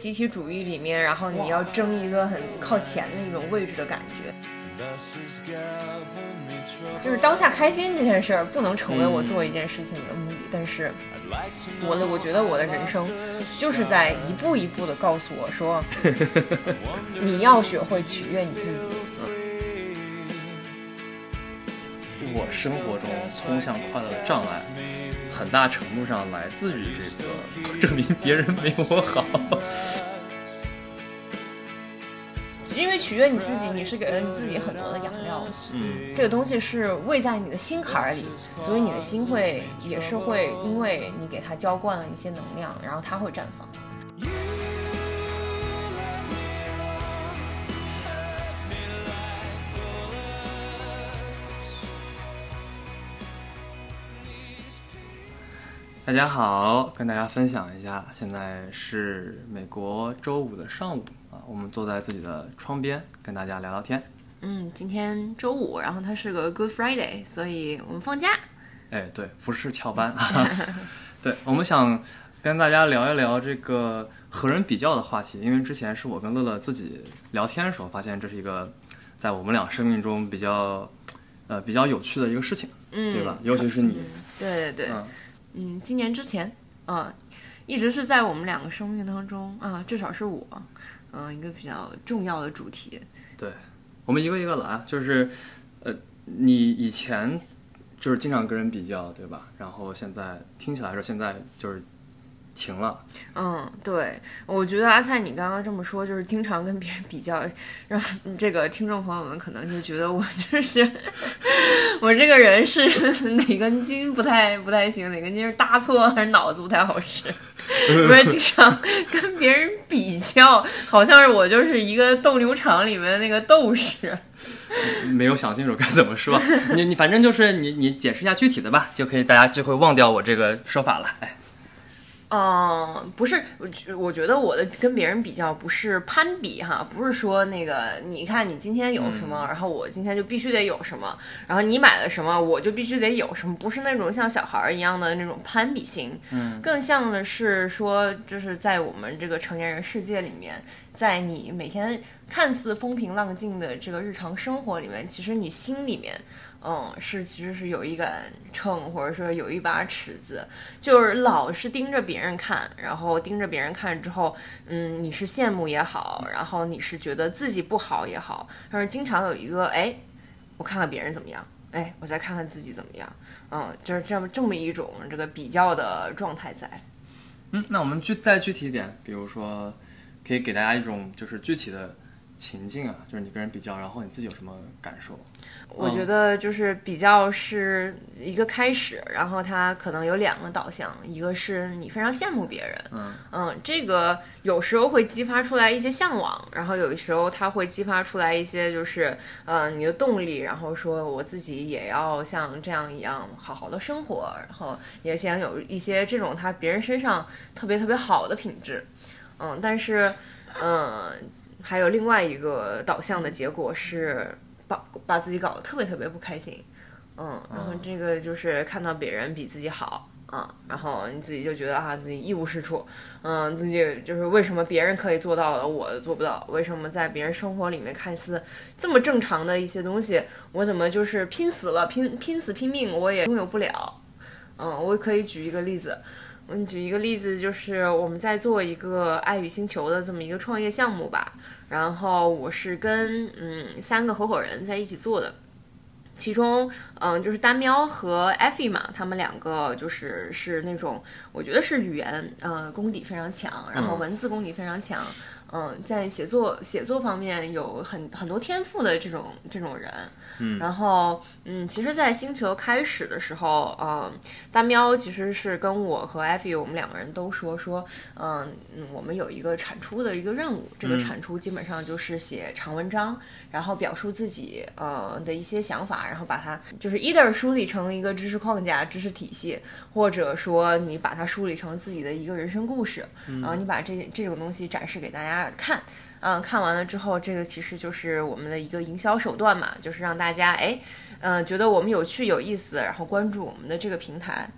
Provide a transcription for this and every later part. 集体主义里面，然后你要争一个很靠前的一种位置的感觉。就是当下开心这件事儿不能成为我做一件事情的目的，但是我的我觉得我的人生就是在一步一步的告诉我说，你要学会取悦你自己。我生活中通向快乐的障碍，很大程度上来自于这个证明别人没有我好。因为取悦你自己，你是给了你自己很多的养料。嗯，这个东西是喂在你的心坎儿里，所以你的心会也是会因为你给它浇灌了一些能量，然后它会绽放。大家好，跟大家分享一下，现在是美国周五的上午啊，我们坐在自己的窗边跟大家聊聊天。嗯，今天周五，然后它是个 Good Friday，所以我们放假。哎，对，不是翘班， 对，我们想跟大家聊一聊这个和人比较的话题，因为之前是我跟乐乐自己聊天的时候，发现这是一个在我们俩生命中比较呃比较有趣的一个事情，嗯，对吧？尤其是你，对对对，嗯嗯，今年之前，啊，一直是在我们两个生命当中啊，至少是我，嗯、一个比较重要的主题。我们一个一个来啊，就是呃，你以前就是经常跟人比较，对吧？然后现在听起来说现在就是停了，嗯，对，我觉得阿菜你刚刚这么说，就是经常跟别人比较，让这个听众朋友们可能就觉得我就是我这个人是哪根筋不太不太行，哪根筋是搭错还是脑子不太好使，不是经常跟别人比较，好像是我就是一个斗牛场里面的那个斗士。没有想清楚该怎么说。 你你反正就是你你解释一下具体的吧，就可以大家就会忘掉我这个说法了。哎，嗯，不是，我觉我觉得我的跟别人比较不是攀比哈，不是说那个你看你今天有什么，然后我今天就必须得有什么，然后你买了什么我就必须得有什么，不是那种像小孩儿一样的那种攀比心，嗯，更像的是说就是在我们这个成年人世界里面，在你每天看似风平浪静的这个日常生活里面，其实你心里面。嗯，是，其实是有一杆秤，或者说有一把尺子，就是老是盯着别人看，然后盯着别人看之后，嗯，你是羡慕也好，然后你是觉得自己不好也好，但是经常有一个，哎，我看看别人怎么样，哎，我再看看自己怎么样，嗯，就是这么这么一种这个比较的状态在。嗯，那我们具再具体一点，比如说可以给大家一种就是具体的情境啊，就是你跟人比较，然后你自己有什么感受？我嗯觉得就是比较是一个开始，然后它可能有两个导向，一个是你非常羡慕别人，嗯这个有时候会激发出来一些向往，然后有时候它会激发出来一些就是呃你的动力，然后说我自己也要像这样一样好好的生活，然后也想有一些这种他别人身上特别特别好的品质，嗯，但是嗯还有另外一个导向的结果是把把自己搞得特别特别不开心，嗯，然后这个就是看到别人比自己好啊，然后你自己就觉得啊自己一无是处，嗯，自己就是为什么别人可以做到了，我做不到？为什么在别人生活里面看似这么正常的一些东西，我怎么就是拼死了拼拼死拼命我也拥有不了？嗯，我可以举一个例子，我给你嗯举一个例子，就是我们在做一个爱与星球的这么一个创业项目吧，然后我是跟嗯三个合伙人在一起做的。其中，嗯，就是丹喵和 Effie 嘛，他们两个就是是那种，我觉得是语言呃功底非常强，然后文字功底非常强，嗯、在写作写作方面有很很多天赋的这种这种人，嗯，然后嗯，其实，在星球开始的时候，嗯、大喵其实是跟我和艾菲，我们两个人都说说，嗯、嗯，我们有一个产出的一个任务，这个产出基本上就是写长文章，然后表述自己呃的一些想法，然后把它就是 either 梳理成一个知识框架、知识体系，或者说你把它梳理成自己的一个人生故事，然后你把这这种东西展示给大家看。嗯，看完了之后，这个其实就是我们的一个营销手段嘛，呃就是让大家哎，嗯、觉得我们有趣有意思，然后关注我们的这个平台。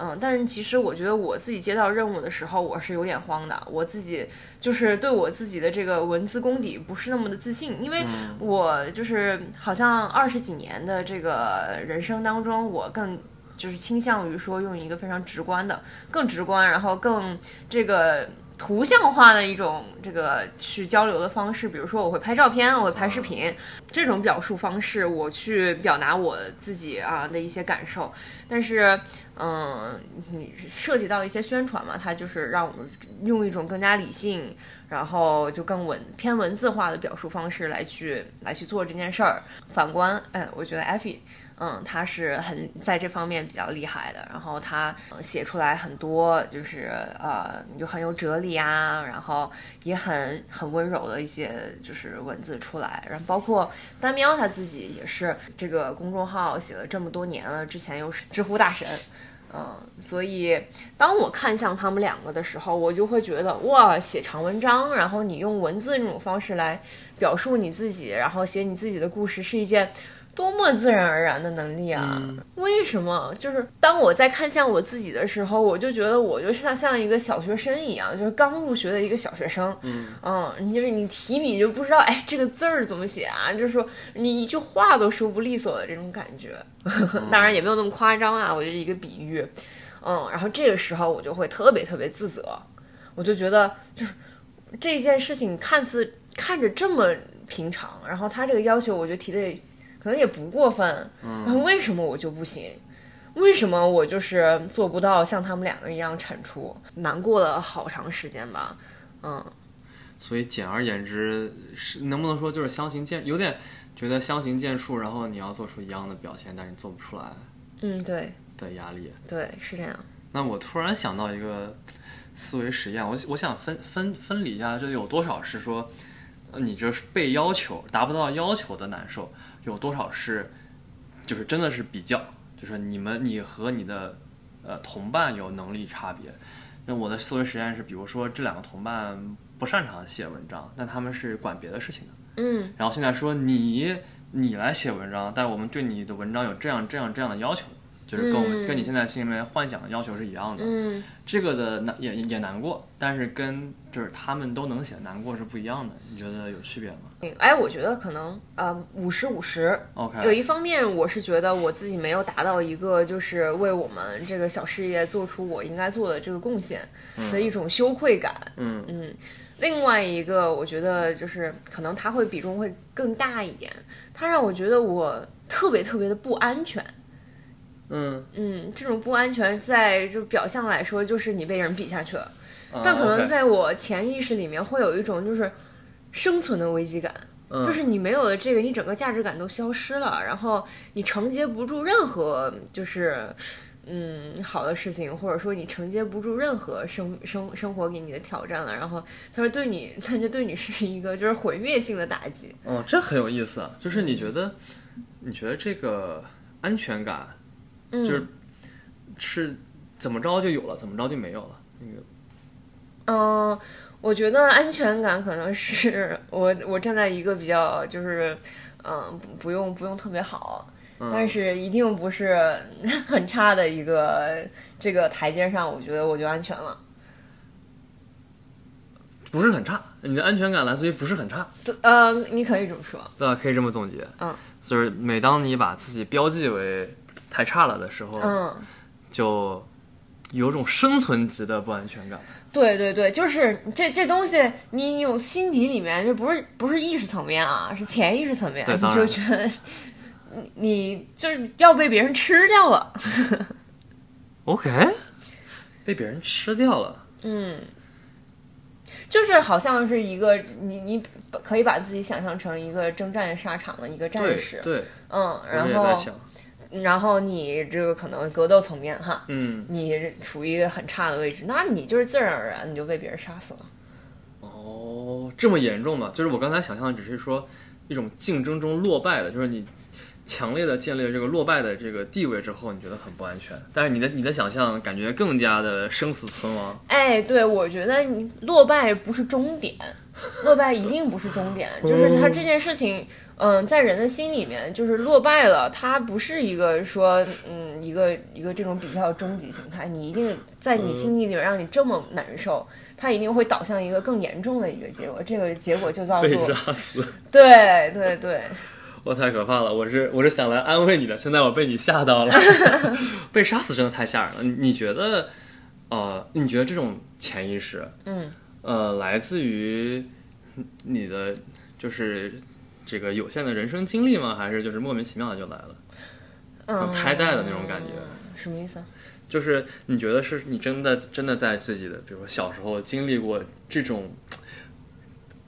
嗯，但其实我觉得我自己接到任务的时候，我是有点慌的。我自己就是对我自己的这个文字功底不是那么的自信，因为我就是好像二十几年的这个人生当中，我更就是倾向于说用一个非常直观的、更直观，然后更这个图像化的一种这个去交流的方式。比如说，我会拍照片，我会拍视频，这种表述方式，我去表达我自己啊的一些感受。但是，嗯，你涉及到一些宣传嘛，它就是让我们用一种更加理性，然后就更文偏文字化的表述方式来去来去做这件事儿。反观，哎，我觉得 Effie，嗯，他是很在这方面比较厉害的，然后他呃写出来很多就是呃，就很有哲理啊，然后也很很温柔的一些就是文字出来，然后包括丹喵他自己也是这个公众号写了这么多年了，之前又是知乎大神，嗯，所以当我看向他们两个的时候，我就会觉得哇，写长文章，然后你用文字这种方式来表述你自己，然后写你自己的故事，是一件多么自然而然的能力啊！为什么？就是当我在看向我自己的时候，我就觉得我就像像一个小学生一样，就是刚入学的一个小学生。嗯，你就是你提笔就不知道，哎，这个字儿怎么写啊？就是说你一句话都说不利索的这种感觉。当然也没有那么夸张啊，我就是一个比喻。嗯，然后这个时候我就会特别特别自责，我就觉得就是这件事情看似看着这么平常，然后他这个要求我觉得提的也可能也不过分，然后为什么我就不行？为什么我就是做不到像他们两个一样产出？难过了好长时间吧，嗯，所以简而言之，是能不能说就是相形见，有点觉得相形见绌，然后你要做出一样的表现，但是你做不出来嗯，对的压力。对，是这样，那我突然想到一个思维实验，我我想分分分离一下，就有多少是说，呃你这是被要求达不到要求的难受，有多少是就是真的是比较，就是你们你和你的呃同伴有能力差别。那我的思维实验是，比如说这两个同伴不擅长写文章，那他们是管别的事情的。嗯然后现在说你你来写文章，但我们对你的文章有这样这样这样的要求，就是跟我们、嗯跟你现在心里面幻想的要求是一样的。嗯这个的难也也难过，但是跟就是他们都能写难过是不一样的，你觉得有区别吗哎，我觉得可能呃五十五十有？OK，一方面，我是觉得我自己没有达到一个就是为我们这个小事业做出我应该做的这个贡献的一种羞愧感。嗯另外一个，我觉得就是可能它会比重会更大一点，它让我觉得我特别特别的不安全。嗯，嗯，这种不安全在就表象来说，就是你被人比下去了，嗯但可能 OK，在我潜意识里面会有一种就是生存的危机感。嗯就是你没有了这个，你整个价值感都消失了，然后你承接不住任何就是嗯好的事情，或者说你承接不住任何生生生活给你的挑战了，然后他说对你， 他就对你是一个就是毁灭性的打击。哦，这很有意思啊，就是你觉得你觉得这个安全感嗯，就是、是怎么着就有了，怎么着就没有了，那个嗯、我觉得安全感可能是 我我站在一个比较就是嗯不不用不用特别好，嗯但是一定不是 很差的一个这个台阶上，我觉得我就安全了。不是很差，你的安全感来自于不是很差，对呃，你可以这么说，对吧？可以这么总结，嗯，就是每当你把自己标记为太差了的时候，嗯，就有种生存级的不安全感。对对对，就是这这东西，你你有心底里面就不是不是意识层面啊，是潜意识层面，对你当就然觉得你你就是要被别人吃掉了， OK，被别人吃掉了。嗯，就是好像是一个你你可以把自己想象成一个征战沙场的一个战对士，对，嗯，我也然在后想，然后你这个可能格斗层面哈，嗯，你处于一个很差的位置，那你就是自然而然你就被别人杀死了，哦，这么严重吗？就是我刚才想象的只是说一种竞争中落败的，就是你强烈的建立了这个落败的这个地位之后，你觉得很不安全，但是你的你的想象感觉更加的生死存亡。哎，对，我觉得你落败不是终点，落败一定不是终点，就是哦他这件事情，嗯、在人的心里面，就是落败了，它不是一个说，嗯，一个一个这种比较终极形态，你一定在你嗯心里里面让你这么难受，它一定会导向一个更严重的一个结果，这个结果就叫做被杀死， 对对对，我太可怕了！我是我是想来安慰你的，现在我被你吓到了， 被杀死真的太吓人了。你你觉得，呃，你觉得这种潜意识，嗯，呃，来自于你的就是这个有限的人生经历吗？还是就是莫名其妙的就来了，嗯，胎带的那种感觉？什么意思？啊就是你觉得是你真的真的在自己的，比如说小时候经历过这种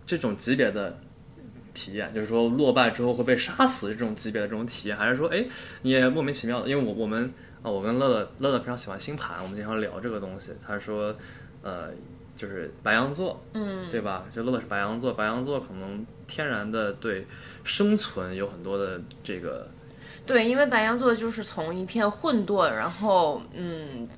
这种级别的体验，就是说落败之后会被杀死这种级别的这种体验，还是说哎你也莫名其妙的？因为我我们啊、我跟乐乐乐乐非常喜欢星盘，我们经常聊这个东西。他说呃就是白羊座，嗯，对吧？就乐乐是白羊座，白羊座可能天然的对生存有很多的这个对，因为白羊座就是从一片混沌，然后嗯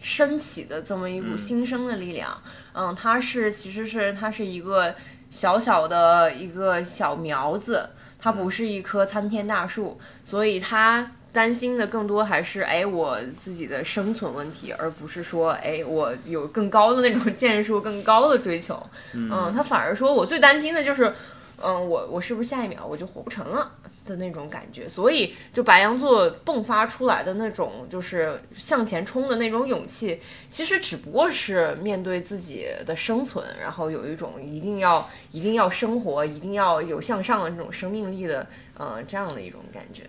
升起的这么一股新生的力量。嗯，它是其实是它是一个小小的一个小苗子，它不是一棵参天大树，所以它。担心的更多还是哎我自己的生存问题，而不是说哎我有更高的那种建树、更高的追求。嗯，他反而说我最担心的就是，嗯，我我是不是下一秒我就活不成了？的那种感觉，所以就白羊座迸发出来的那种就是向前冲的那种勇气，其实只不过是面对自己的生存，然后有一种一定要一定要生活，一定要有向上的这种生命力的，呃，这样的一种感觉。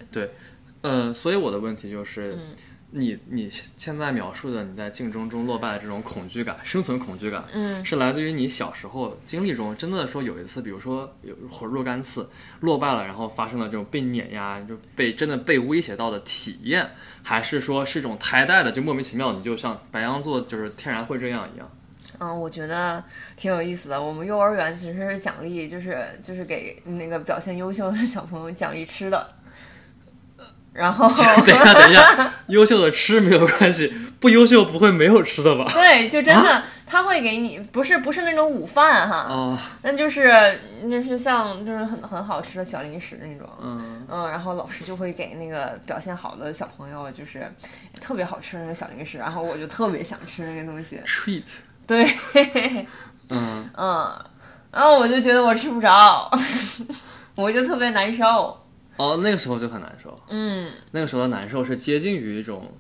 呃，所以我的问题就是，嗯你你现在描述的你在竞争中落败的这种恐惧感、生存恐惧感，嗯，是来自于你小时候经历中，真的说有一次，比如说有或者若干次落败了，然后发生了这种被碾压、就被真的被威胁到的体验，还是说是一种胎带的，就莫名其妙你就像白羊座就是天然会这样一样？嗯，我觉得挺有意思的。我们幼儿园其实是奖励，就是就是给那个表现优秀的小朋友奖励吃的，然后 等一下，等一下，优秀的吃没有关系，不优秀不会没有吃的吧？对，就真的他会给你，不是不是那种午饭哈，哦，那就是就是像就是很很好吃的小零食那种，嗯，嗯，然后老师就会给那个表现好的小朋友就是特别好吃的那个小零食，然后我就特别想吃那个东西， treat，对，嗯。嗯，然后我就觉得我吃不着， 我就特别难受，哦，那个时候就很难受。嗯，那个时候的难受是接近于一种，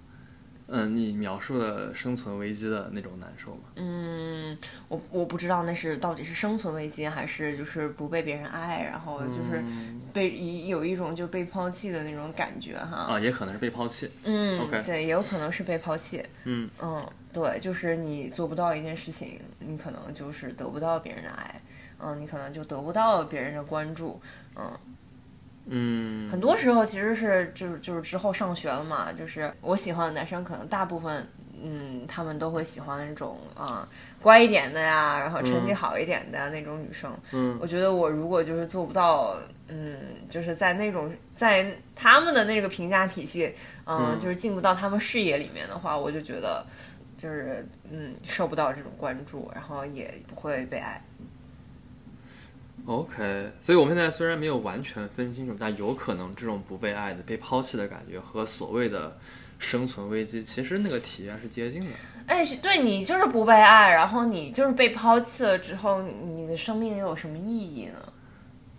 嗯，你描述的生存危机的那种难受嘛？嗯，我我不知道那是到底是生存危机，还是就是不被别人爱，然后嗯就是嗯被一有一种就被抛弃的那种感觉哈。啊，也可能是被抛弃。嗯 OK 对，也有可能是被抛弃。嗯嗯，对，就是你做不到一件事情，你可能就是得不到别人的爱，嗯，你可能就得不到别人的关注，嗯，嗯，很多时候其实是就是就是之后上学了嘛，就是我喜欢的男生可能大部分。嗯，他们都会喜欢那种啊、乖一点的呀，然后成绩好一点的呀、那种女生。嗯，我觉得我如果就是做不到，嗯，就是在那种在他们的那个评价体系，嗯，嗯就是进不到他们视野里面的话，我就觉得就是嗯受不到这种关注，然后也不会被爱。 OK，所以我们现在虽然没有完全分清楚，但有可能这种不被爱的、被抛弃的感觉和所谓的生存危机，其实那个体验是接近的。哎，是对你就是不被爱，然后你就是被抛弃了之后，你的生命又有什么意义呢？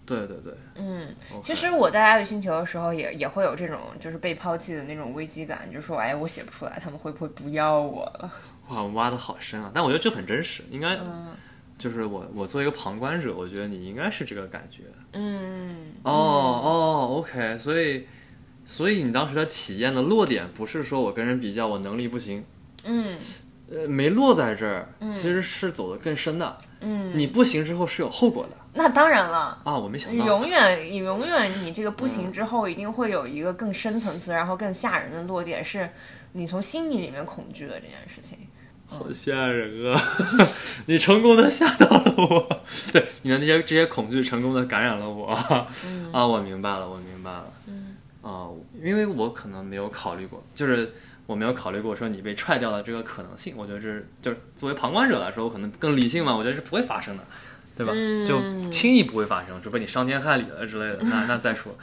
对对对，嗯 OK 其实我在《爱与星球》的时候也也会有这种就是被抛弃的那种危机感，就是说，哎，我写不出来，他们会不会不要我了？哇，我挖的好深啊！但我觉得这很真实，应该嗯就是我我作为一个旁观者，我觉得你应该是这个感觉。嗯，哦哦，OK，所以所以你当时的体验的落点不是说我跟人比较我能力不行，嗯呃，没落在这儿，其实是走得更深的。嗯，你不行之后是有后果的那当然了。啊！我没想到，永远，永远，你这个不嗯行之后，一定会有一个更深层次，然后更吓人的落点，是你从心里里面恐惧的这件事情。好吓人啊！ 你成功的吓到了我， 对你的这些这些恐惧成功的感染了我、啊！我明白了，我明白了。呃，因为我可能没有考虑过，就是我没有考虑过说你被踹掉的这个可能性。我觉得这是就是作为旁观者来说，我可能更理性嘛，我觉得是不会发生的，对吧？就轻易不会发生，除非你伤天害理了之类的，那那再说。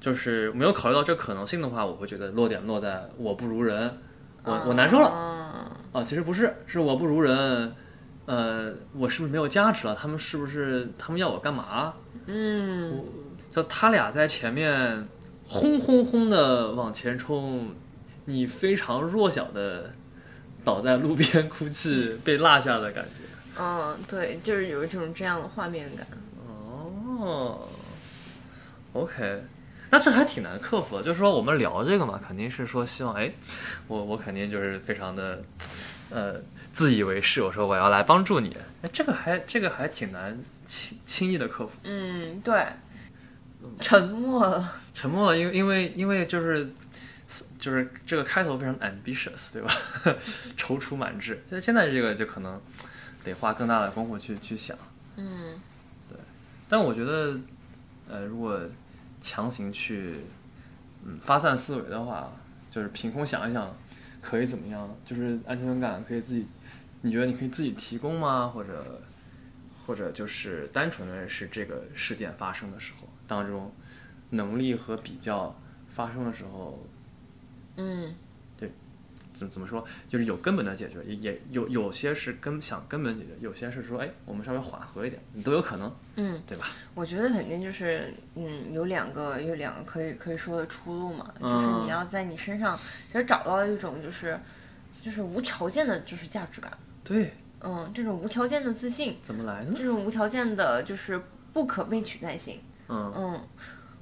就是没有考虑到这可能性的话，我会觉得落点落在我不如人，我我难受了啊、嗯，其实不是，是我不如人，呃，我是不是没有价值了？他们是不是他们要我干嘛？嗯，就他俩在前面轰轰轰的往前冲，你非常弱小的倒在路边 哭泣，被落下的感觉。嗯，对，就是有一种这样的画面感。哦，OK，那这还挺难克服的。就是说我们聊这个嘛，肯定是说希望，哎，我我肯定就是非常的，呃，自以为是。我说我要来帮助你，哎，这个还这个还挺难轻轻易的克服。嗯，对，沉默了，沉默了，因为因为因为就是就是这个开头非常 ambitious，对吧？ 踌躇满志，但是现在这个就可能得花更大的功夫去去想。嗯，但我觉得，呃，如果强行去嗯发散思维的话，就是凭空想一想可以怎么样，就是安全感可以自己，你觉得你可以自己提供吗？或者或者就是单纯的是这个事件发生的时候当中能力和比较发生的时候，嗯，怎怎么说，就是有根本的解决，也也有有些是根想根本解决，有些是说哎我们稍微缓和一点，你都有可能，嗯，对吧？我觉得肯定就是，嗯，有两个有两个可以可以说的出路嘛，就嗯是你要在你身上其实找到一种就是就是无条件的就是价值感，对，嗯，这种无条件的自信，怎么来呢？这种无条件的就是不可被取代性，嗯嗯，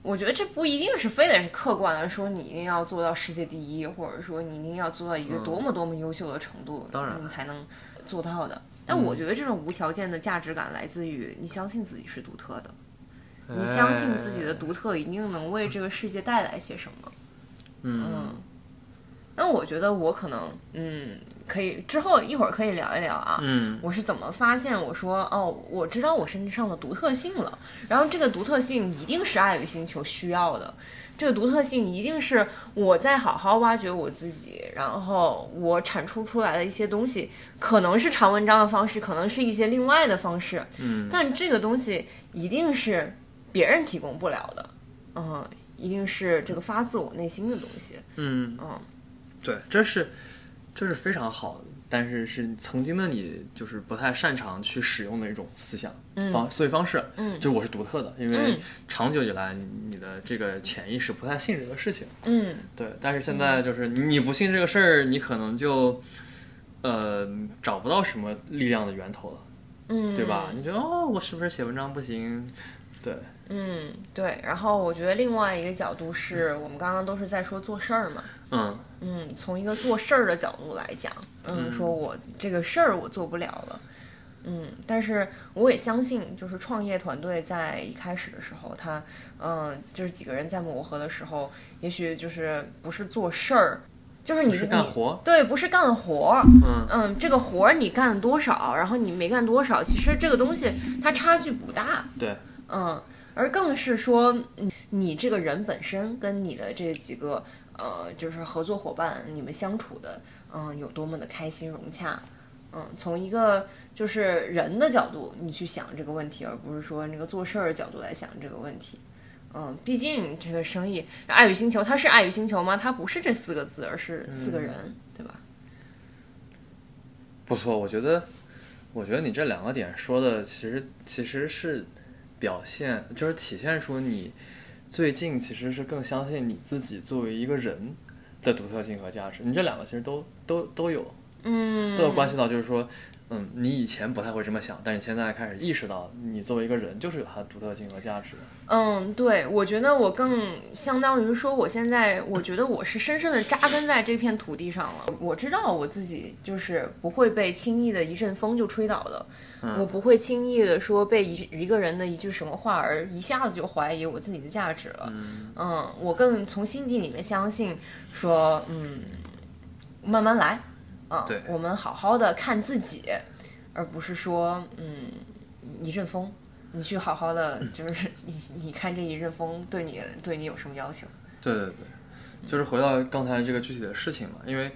我觉得这不一定是非得是客观的说你一定要做到世界第一，或者说你一定要做到一个嗯多么多么优秀的程度，当然嗯你才能做到的。但我觉得这种无条件的价值感来自于你相信自己是独特的，哎你相信自己的独特一定能为这个世界带来些什么。嗯那我觉得我可能，嗯，可以之后一会儿可以聊一聊啊。嗯我是怎么发现？我说哦，我知道我身上的独特性了。然后这个独特性一定是爱与星球需要的，这个独特性一定是我在好好挖掘我自己，然后我产出出来的一些东西，可能是长文章的方式，可能是一些另外的方式，嗯，但这个东西一定是别人提供不了的，嗯，一定是这个发自我内心的东西，嗯嗯，对，这是这是非常好的，但是是曾经的你就是不太擅长去使用的一种思想方思维方式，嗯就是我是独特的，因嗯为长久以来你你的这个潜意识不太信这个事情，嗯对，但是现在就是你不信这个事儿，你可能就呃找不到什么力量的源头了，嗯，对吧？你觉得哦，我是不是写文章不行？对，嗯，对。然后我觉得另外一个角度是我们刚刚都是在说做事儿嘛，嗯嗯，从一个做事儿的角度来讲，嗯，说我这个事儿我做不了了，嗯，但是我也相信，就是创业团队在一开始的时候，他，嗯、就是几个人在磨合的时候，也许就是不是做事儿，就是你是干活，对，不是干活儿，嗯嗯，这个活儿你干了多少，然后你没干多少，其实这个东西它差距不大，对，嗯，而更是说嗯你这个人本身跟你的这几个呃，就是合作伙伴，你们相处的嗯、有多么的开心融洽，嗯，从一个就是人的角度你去想这个问题，而不是说那个做事儿的角度来想这个问题。嗯，毕竟这个生意，爱与星球，它是爱与星球吗？它不是这四个字，而是四个人，对吧？不错，我觉得，我觉得你这两个点说的，其实其实是表现，就是体现出你最近其实是更相信你自己作为一个人的独特性和价值。你这两个其实都都都有，嗯，都有关系到，就是说，嗯，你以前不太会这么想，但是现在开始意识到，你作为一个人就是有它的独特性和价值的。嗯，对，我觉得我更相当于说，我现在我觉得我是深深的扎根在这片土地上了。我知道我自己就是不会被轻易的一阵风就吹倒的，我不会轻易的说被一一个人的一句什么话而一下子就怀疑我自己的价值了。嗯我更从心底里面相信说，嗯，慢慢来，啊，对我们好好的看自己，而不是说，嗯，一阵风。你去好好的，就是你你看这一阵风对你对你有什么要求？对对对，就是回到刚才这个具体的事情嘛，因为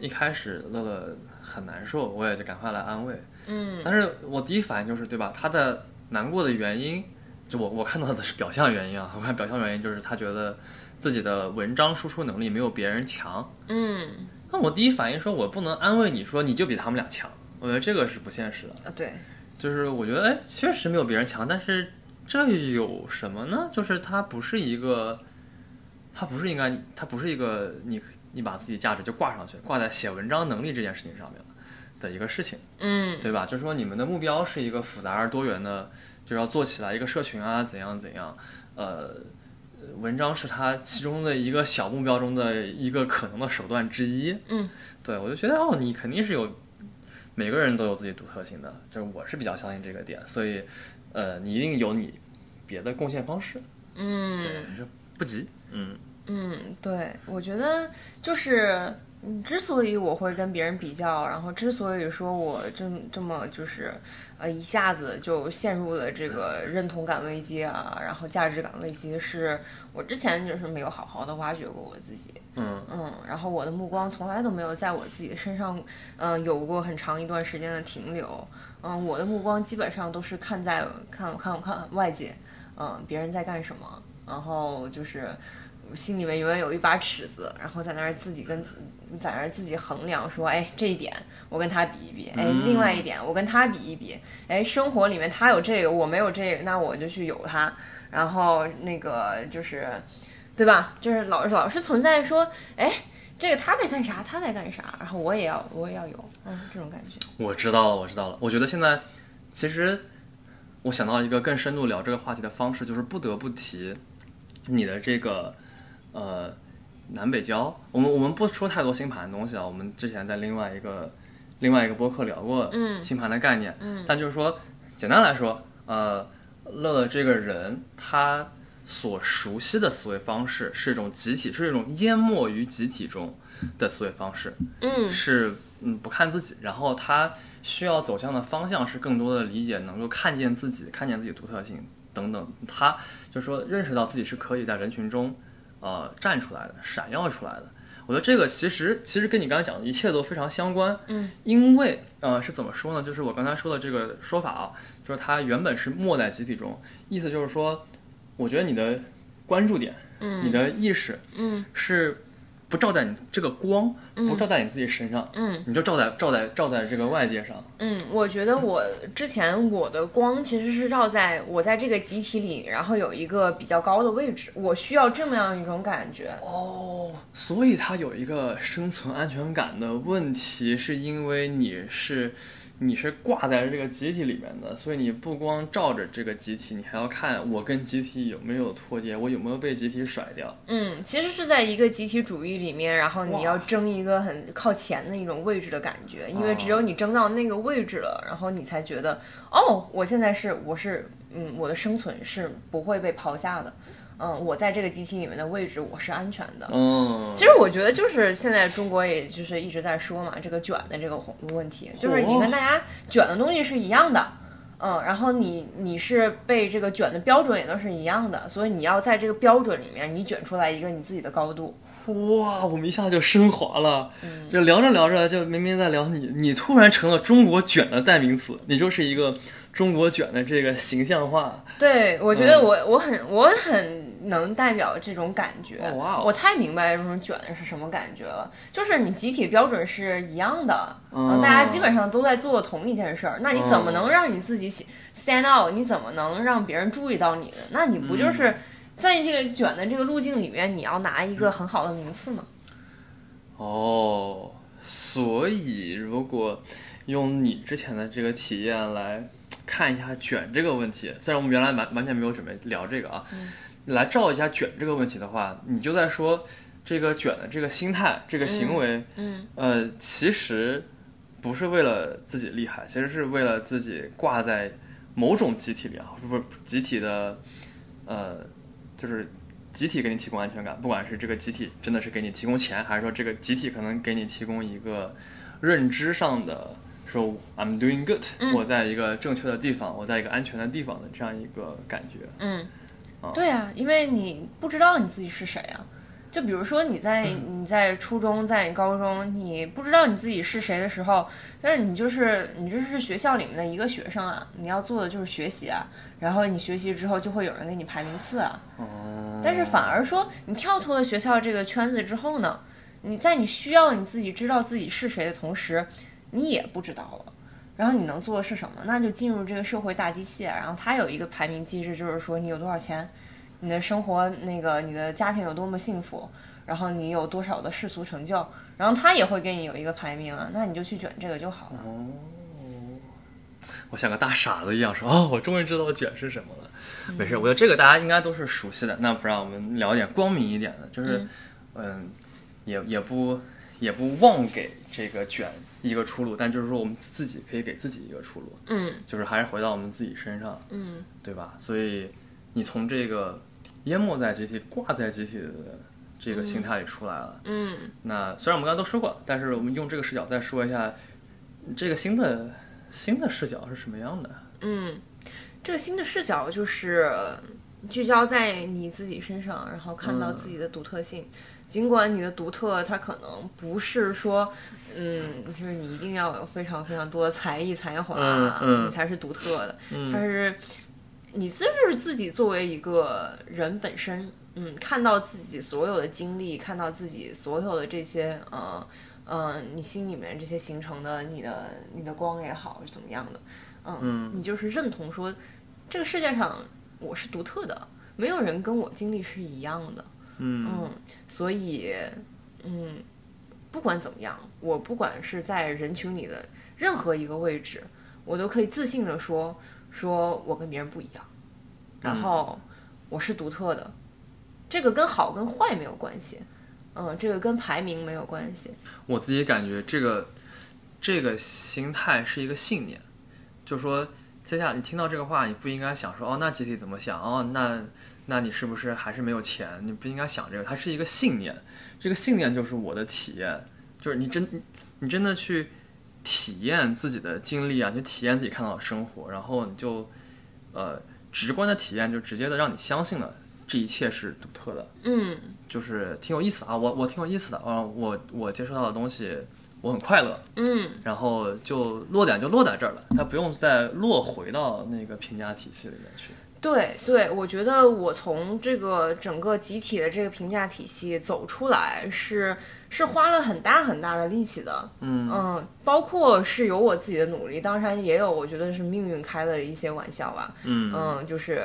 一开始乐乐很难受，我也就赶快来安慰。嗯，但是我第一反应就是，对吧？他的难过的原因，就我我看到的是表象原因啊，我看表象原因就是他觉得自己的文章输出能力没有别人强。嗯，那我第一反应说，我不能安慰你说你就比他们俩强，我觉得这个是不现实的。呃啊，对，就是我觉得，哎，确实没有别人强，但是这有什么呢？就是它不是一个，它不是应该，它不是一个你你把自己价值就挂上去，挂在写文章能力这件事情上面的一个事情，嗯，对吧？就是说你们的目标是一个复杂而多元的，就是要做起来一个社群啊，怎样怎样，呃。文章是他其中的一个小目标中的一个可能的手段之一。嗯，对我就觉得哦，你肯定是有每个人都有自己独特性的，就是我是比较相信这个点，所以呃，你一定有你别的贡献方式，嗯，对，就不急，嗯，嗯，对，我觉得就是。嗯之所以我会跟别人比较，然后之所以说我这这么就是，呃，一下子就陷入了这个认同感危机啊，然后价值感危机，是我之前就是没有好好的挖掘过我自己。嗯嗯，然后我的目光从来都没有在我自己身上，嗯、有过很长一段时间的停留。嗯、我的目光基本上都是看在看看看外界，嗯、别人在干什么，然后就是心里面永远有一把尺子，然后在那儿自己跟自在那儿自己衡量说，哎，这一点我跟他比一比，哎，嗯另外一点我跟他比一比，哎，生活里面他有这个，我没有这个，那我就去有他，然后那个就是。对吧？就是老老是存在说，哎，这个他在干啥？他在干啥？然后我也要，我也要有，嗯，这种感觉。我知道了，我知道了。我觉得现在其实我想到一个更深入聊这个话题的方式，就是不得不提你的这个呃南北交。我们我们不说太多星盘的东西啊，我们之前在另外一个另外一个播客聊过嗯星盘的概念，嗯但就是说简单来说，呃，乐乐这个人他所熟悉的思维方式是一种集体，是一种淹没于集体中的思维方式。嗯是嗯不看自己，然后他需要走向的方向是更多的理解，能够看见自己，看见自己独特性等等。他就说认识到自己是可以在人群中呃站出来的，闪耀出来的。我觉得这个其实其实跟你刚才讲的一切都非常相关，嗯，因为呃是怎么说呢？就是我刚才说的这个说法啊，就是它原本是没在集体中，意思就是说，我觉得你的关注点，嗯，你的意识，嗯，是不照在你这个光，不照在你自己身上，嗯，你就照在照在照在这个外界上，嗯，我觉得我之前我的光其实是照在我在这个集体里，然后有一个比较高的位置，我需要这么样一种感觉。所以它有一个生存安全感的问题，是因为你是你是挂在这个集体里面的，所以你不光照着这个集体，你还要看我跟集体有没有脱节，我有没有被集体甩掉。嗯，其实是在一个集体主义里面，然后哇你要争一个很靠前的一种位置的感觉，因为只有你争到那个位置了，然后你才觉得，哦，我现在是我是嗯，我的生存是不会被抛下的，嗯，我在这个集体里面的位置我是安全的。嗯，其实我觉得就是现在中国也就是一直在说嘛，这个卷的这个问题，就是你哦跟大家卷的东西是一样的，嗯，然后你你是被这个卷的标准也都是一样的，所以你要在这个标准里面，你卷出来一个你自己的高度。哇，我们一下就升华了，就聊着聊着就明明在聊你，你突然成了中国卷的代名词，你就是一个中国卷的这个形象化。对，我觉得嗯我、我很我很能代表这种感觉，哦哇哦我太明白这种卷是什么感觉了。就是你集体标准是一样的，嗯大家基本上都在做同一件事儿，那你怎么能让你自己 stand out？你怎么能让别人注意到你呢？那你嗯不就是在这个卷的这个路径里面，你要拿一个很好的名次吗？哦，所以如果用你之前的这个体验来看一下卷这个问题，虽然我们原来完完全没有准备聊这个啊，嗯来照一下卷这个问题的话，你就在说这个卷的这个心态、这个行为，嗯呃，其实不是为了自己厉害，其实是为了自己挂在某种集体里啊，不是集体的，呃，就是集体给你提供安全感，不管是这个集体真的是给你提供钱，还是说这个集体可能给你提供一个认知上的。说 I'm doing good，、嗯我在一个正确的地方，我在一个安全的地方的这样一个感觉。嗯哦，对啊，因为你不知道你自己是谁啊。就比如说你在嗯你在初中，在你高中，你不知道你自己是谁的时候，但是你就是你就是学校里面的一个学生啊，你要做的就是学习啊，然后你学习之后就会有人给你排名次啊。哦，但是反而说你跳脱了学校这个圈子之后呢，你在你需要你自己知道自己是谁的同时，你也不知道了。然后你能做的是什么？那就进入这个社会大机器，啊然后它有一个排名机制，就是说你有多少钱，你的生活那个你的家庭有多么幸福，然后你有多少的世俗成就，然后它也会给你有一个排名啊，那你就去卷这个就好了。哦我像个大傻子一样说哦，我终于知道卷是什么了。没事，我觉得这个大家应该都是熟悉的。那不然我们聊点光明一点的，就是嗯、也也不也不妄给这个卷一个出路，但就是说我们自己可以给自己一个出路。嗯就是还是回到我们自己身上，嗯对吧？所以你从这个淹没在集体、挂在集体的这个心态里出来了。嗯那虽然我们刚才都说过了，但是我们用这个视角再说一下这个新的新的视角是什么样的？嗯，这个新的视角就是聚焦在你自己身上，然后看到自嗯己的独特性。尽管你的独特，它可能不是说，嗯，就是你一定要有非常非常多的才艺才华，嗯嗯你才是独特的。它嗯是你自就是自己作为一个人本身，嗯，看到自己所有的经历，看到自己所有的这些，呃呃，你心里面这些形成的你的你的光也好，是怎么样的，嗯，你就是认同说这个世界上我是独特的，没有人跟我经历是一样的，嗯嗯，所以，嗯，不管怎么样，我不管是在人群里的任何一个位置，我都可以自信的说，说我跟别人不一样，然后我是独特的，这个跟好跟坏没有关系，嗯，这个跟排名没有关系，我自己感觉这个这个心态是一个信念，就说接下来你听到这个话，你不应该想说哦，那集体怎么想哦，那那你是不是还是没有钱？你不应该想这个，它是一个信念。这个信念就是我的体验，就是你真你真的去体验自己的经历啊，你体验自己看到的生活，然后你就呃直观的体验，就直接的让你相信了这一切是独特的。嗯就是挺有意思的啊，我我挺有意思的啊，我我接触到的东西我很快乐，嗯然后就落点就落在这儿了，它不用再落回到那个评价体系里面去。对对，我觉得我从这个整个集体的这个评价体系走出来是是花了很大很大的力气的，嗯包括是有我自己的努力，当然也有我觉得是命运开了一些玩笑吧，嗯嗯，就是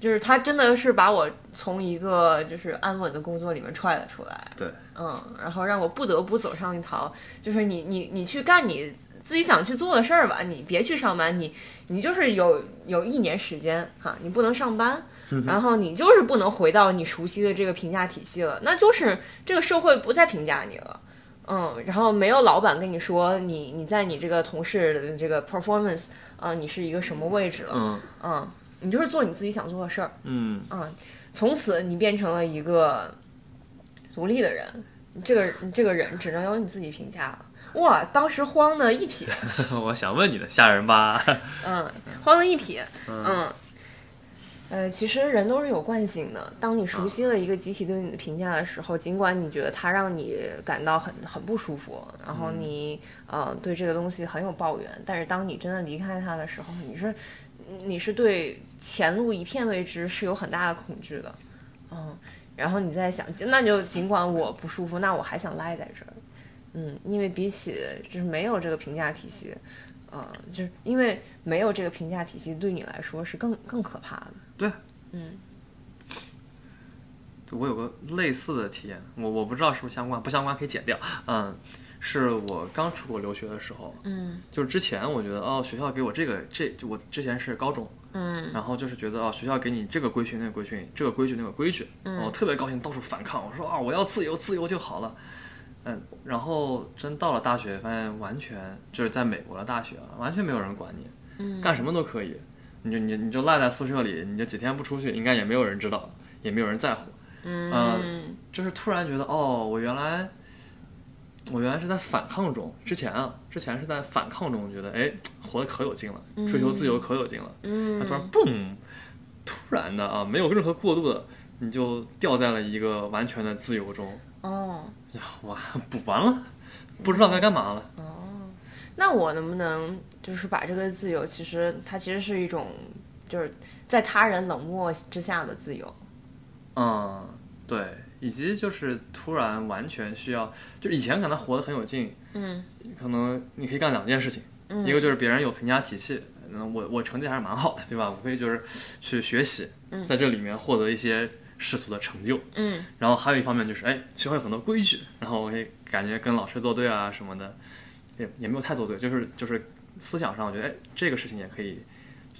就是他真的是把我从一个就是安稳的工作里面踹了出来，对，嗯，然后让我不得不走上一条，就是你你你去干你自己想去做的事儿吧，你别去上班，你你就是有有一年时间哈，你不能上班。然后你就是不能回到你熟悉的这个评价体系了，那就是这个社会不再评价你了，嗯，然后没有老板跟你说你你在你这个同事的这个 performance 啊、你是一个什么位置了，嗯嗯，你就是做你自己想做的事儿，嗯，嗯，从此你变成了一个独立的人，这个这个人只能由你自己评价了。哇，当时慌的一匹， 我想问你的，吓人吧？嗯，慌的一匹，嗯，呃，其实人都是有惯性的。当你熟悉了一个集体对你的评价的时候，尽管你觉得它让你感到很很不舒服，然后你、呃对这个东西很有抱怨，但是当你真的离开它的时候，你是你是对前路一片未知是有很大的恐惧的，嗯，然后你在想，那就尽管我不舒服，那我还想赖在这儿，嗯，因为比起就是没有这个评价体系，呃，就是因为没有这个评价体系对你来说是更更可怕的，对，嗯就 我有个类似的体验，我我不知道是不是相关，不相关可以剪掉。嗯，是我刚出国留学的时候，嗯就是之前我觉得哦，学校给我这个这我之前是高中，嗯然后就是觉得哦，学校给你这个规矩那个规矩，这个规矩那个规矩，嗯我特别高兴，到处反抗，我说啊，我要自由，自由就好了。嗯，然后真到了大学，发现完全就是在美国的大学啊，完全没有人管你，嗯干什么都可以，你就你你就赖在宿舍里，你就几天不出去，应该也没有人知道，也没有人在乎。嗯嗯就是突然觉得哦，我原来我原来是在反抗中，之前啊，之前是在反抗中觉得哎，活得可有劲了，追求自由可有劲了。嗯他突然嘣，突然的啊，没有任何过度的你就掉在了一个完全的自由中，哦呀，哇，补完了，不知道该干嘛了。哦，那我能不能就是把这个自由，其实它其实是一种，就是在他人冷漠之下的自由。嗯，对，以及就是突然完全需要，就是以前可能活得很有劲，嗯可能你可以干两件事情，嗯一个就是别人有评价体系，那我我成绩还是蛮好的，对吧？我可以就是去学习，在这里面获得一些世俗的成就。嗯然后还有一方面就是，哎，学会很多规矩，然后我也感觉跟老师作对啊什么的，也也没有太作对，就是就是思想上，我觉得哎，这个事情也可以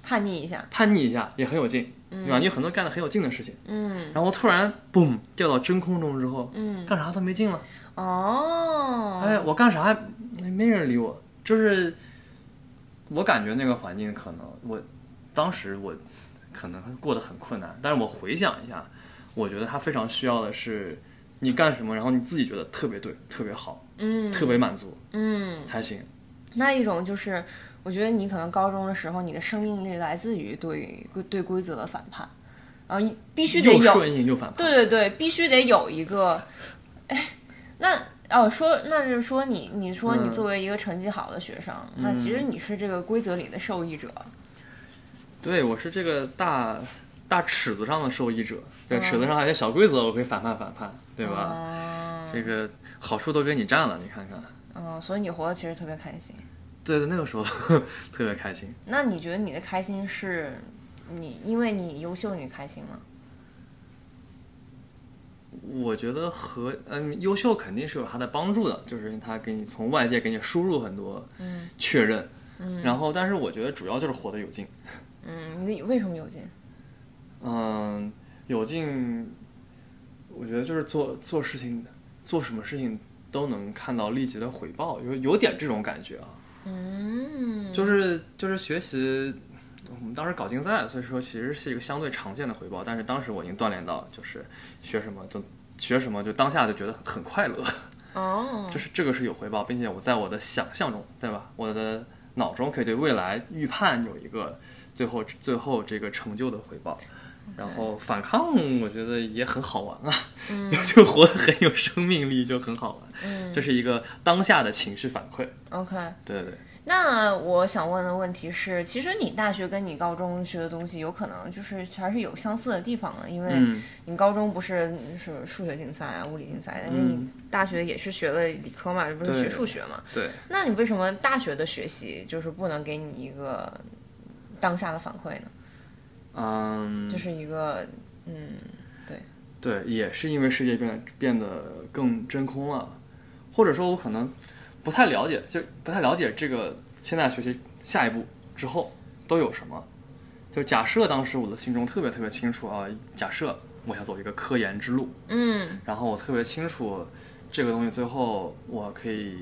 叛逆一下。叛逆一下，也很有劲，对吧？你有很多干的很有劲的事情，嗯然后突然嘣掉到真空中之后，嗯干啥都没劲了，哦，哎，我干啥没没人理我，就是我感觉那个环境可能我当时我可能过得很困难，但是我回想一下，我觉得他非常需要的是你干什么，然后你自己觉得特别对、特别好、嗯特别满足嗯，才行。那一种就是，我觉得你可能高中的时候，你的生命力来自于对对规则的反叛，然后你必须得又有顺应又反叛，对对对，必须得有一个。哎，那哦，说那就是说你，你说你嗯作为一个成绩好的学生，那其实你是这个规则里的受益者。对我是这个大大尺子上的受益者，啊在尺子上还有些小规则，我可以反叛反叛，对吧？嗯这个好处都给你占了，你看看。嗯，所以你活得其实特别开心。对对，那个时候 特别开心。那你觉得你的开心是你因为你优秀你开心吗？我觉得和嗯，优秀肯定是有它的帮助的，就是它给你从外界给你输入很多嗯确认，然后但是我觉得主要就是活得有劲，嗯，你为什么有劲？嗯，有劲，我觉得就是做做事情，做什么事情都能看到立即的回报，有有点这种感觉啊，嗯，就是就是学习，我们当时搞竞赛，所以说其实是一个相对常见的回报，但是当时我已经锻炼到，就是学什么就学什么，就当下就觉得很快乐。哦，就是这个是有回报，并且我在我的想象中，对吧？我的脑中可以对未来预判有一个最后最后这个成就的回报。然后反抗，我觉得也很好玩啊， 就活得很有生命力，就很好玩。嗯这是一个当下的情绪反馈， OK。对对。那我想问的问题是，其实你大学跟你高中学的东西，有可能就是还是有相似的地方的，因为嗯你高中不是是数学竞赛啊、物理竞赛，嗯但是你大学也是学了理科嘛，不是对学数学嘛？对，那你为什么大学的学习就是不能给你一个当下的反馈呢？嗯，就是一个嗯对，也是因为世界变变得更真空了，或者说我可能不太了解，就不太了解这个现在学习下一步之后都有什么。就假设当时我的心中特别特别清楚啊，假设我想走一个科研之路，嗯然后我特别清楚这个东西最后我可以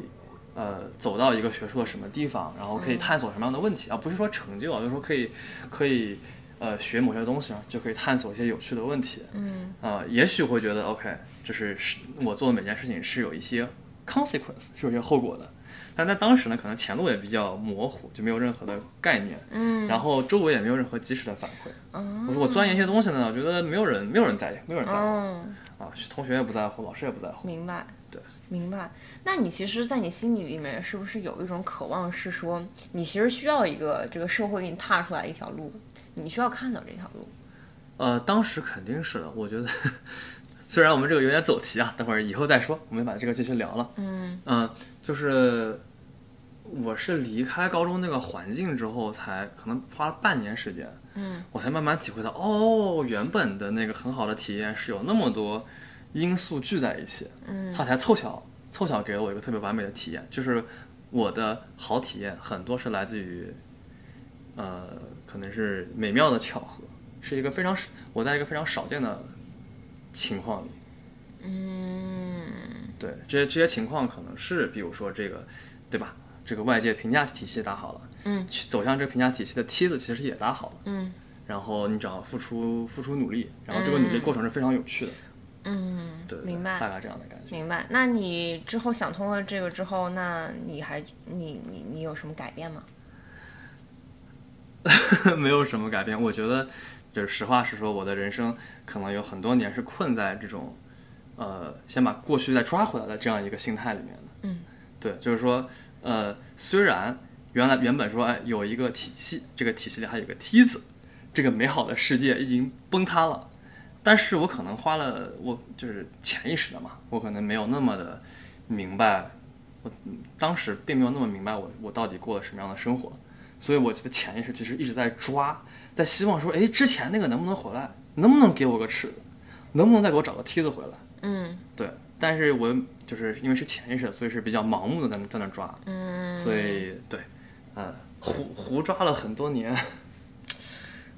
呃走到一个学术的什么地方，然后可以嗯探索什么样的问题啊，不是说成就啊，就是说可以可以呃学某些东西啊，就可以探索一些有趣的问题。嗯呃，也许会觉得 OK，就是是我做的每件事情是有一些 consequence，是有一些后果的。但在当时呢，可能前路也比较模糊，就没有任何的概念，嗯哦然后周围也没有任何及时的反馈。我说我钻研一些东西呢，我觉得没有人，没有人在意，没有人在乎、嗯，啊，同学也不在乎，老师也不在乎。明白。对，明白。那你其实，在你心里里面，是不是有一种渴望，是说你其实需要一个这个社会给你踏出来一条路，你需要看到这条路？呃，当时肯定是的，我觉得虽然我们这个有点走题啊，等会儿以后再说，我们把这个继续聊了。嗯嗯、就是我是离开高中那个环境之后才，可能花了半年时间。嗯我才慢慢体会到，哦，原本的那个很好的体验是有那么多因素聚在一起，嗯它才凑巧凑巧给了我一个特别完美的体验。就是我的好体验很多是来自于，呃，可能是美妙的巧合，是一个非常我在一个非常少见的情况里，嗯对这些这些情况可能是比如说这个，对吧？这个外界评价体系搭好了，嗯去走向这个评价体系的梯子其实也搭好了。嗯然后你只要付出付出努力，然后这个努力过程是非常有趣的，嗯，对，对明白大概这样的感觉。明白。那你之后想通了这嗯个之后，那你还你你你有什么改变吗？ 没有什么改变。我觉得，就是实话实说，我的人生可能有很多年是困在这种，呃，先把过去再抓回来的这样一个心态里面的。嗯，对，就是说，呃，虽然原来原本说，哎，有一个体系，这个体系里还有个梯子，这个美好的世界已经崩塌了，但是我可能花了，我就是潜意识的嘛，我可能没有那么的明白。我嗯当时并没有那么明白我我到底过了什么样的生活，所以我的潜意识其实一直在抓，在希望说，哎，之前那个能不能回来？能不能给我个尺子？能不能再给我找个梯子回来？嗯对，但是我就是因为是潜意识，所以是比较盲目的在那在那抓，嗯，所以对，呃，胡胡抓了很多年，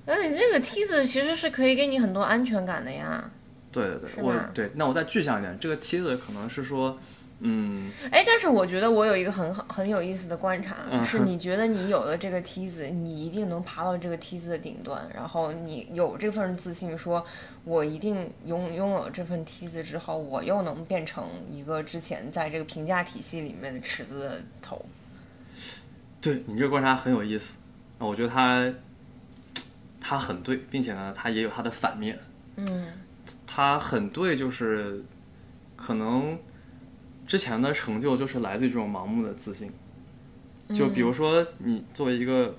那你这个梯子其实是可以给你很多安全感的呀。对对是对，我吗对，那我再具象一点，这个梯子可能是说，嗯，哎，但是我觉得我有一个很好很有意思的观察，嗯是你觉得你有了这个梯子，你一定能爬到这个梯子的顶端，然后你有这份自信，说我一定拥拥有这份梯子之后，我又能变成一个之前在这个评价体系里面的尺子的头。对你这个观察很有意思，啊我觉得他他很对，并且呢，他也有他的反面。嗯，他很对，就是可能之前的成就就是来自于这种盲目的自信。就比如说，你作为一个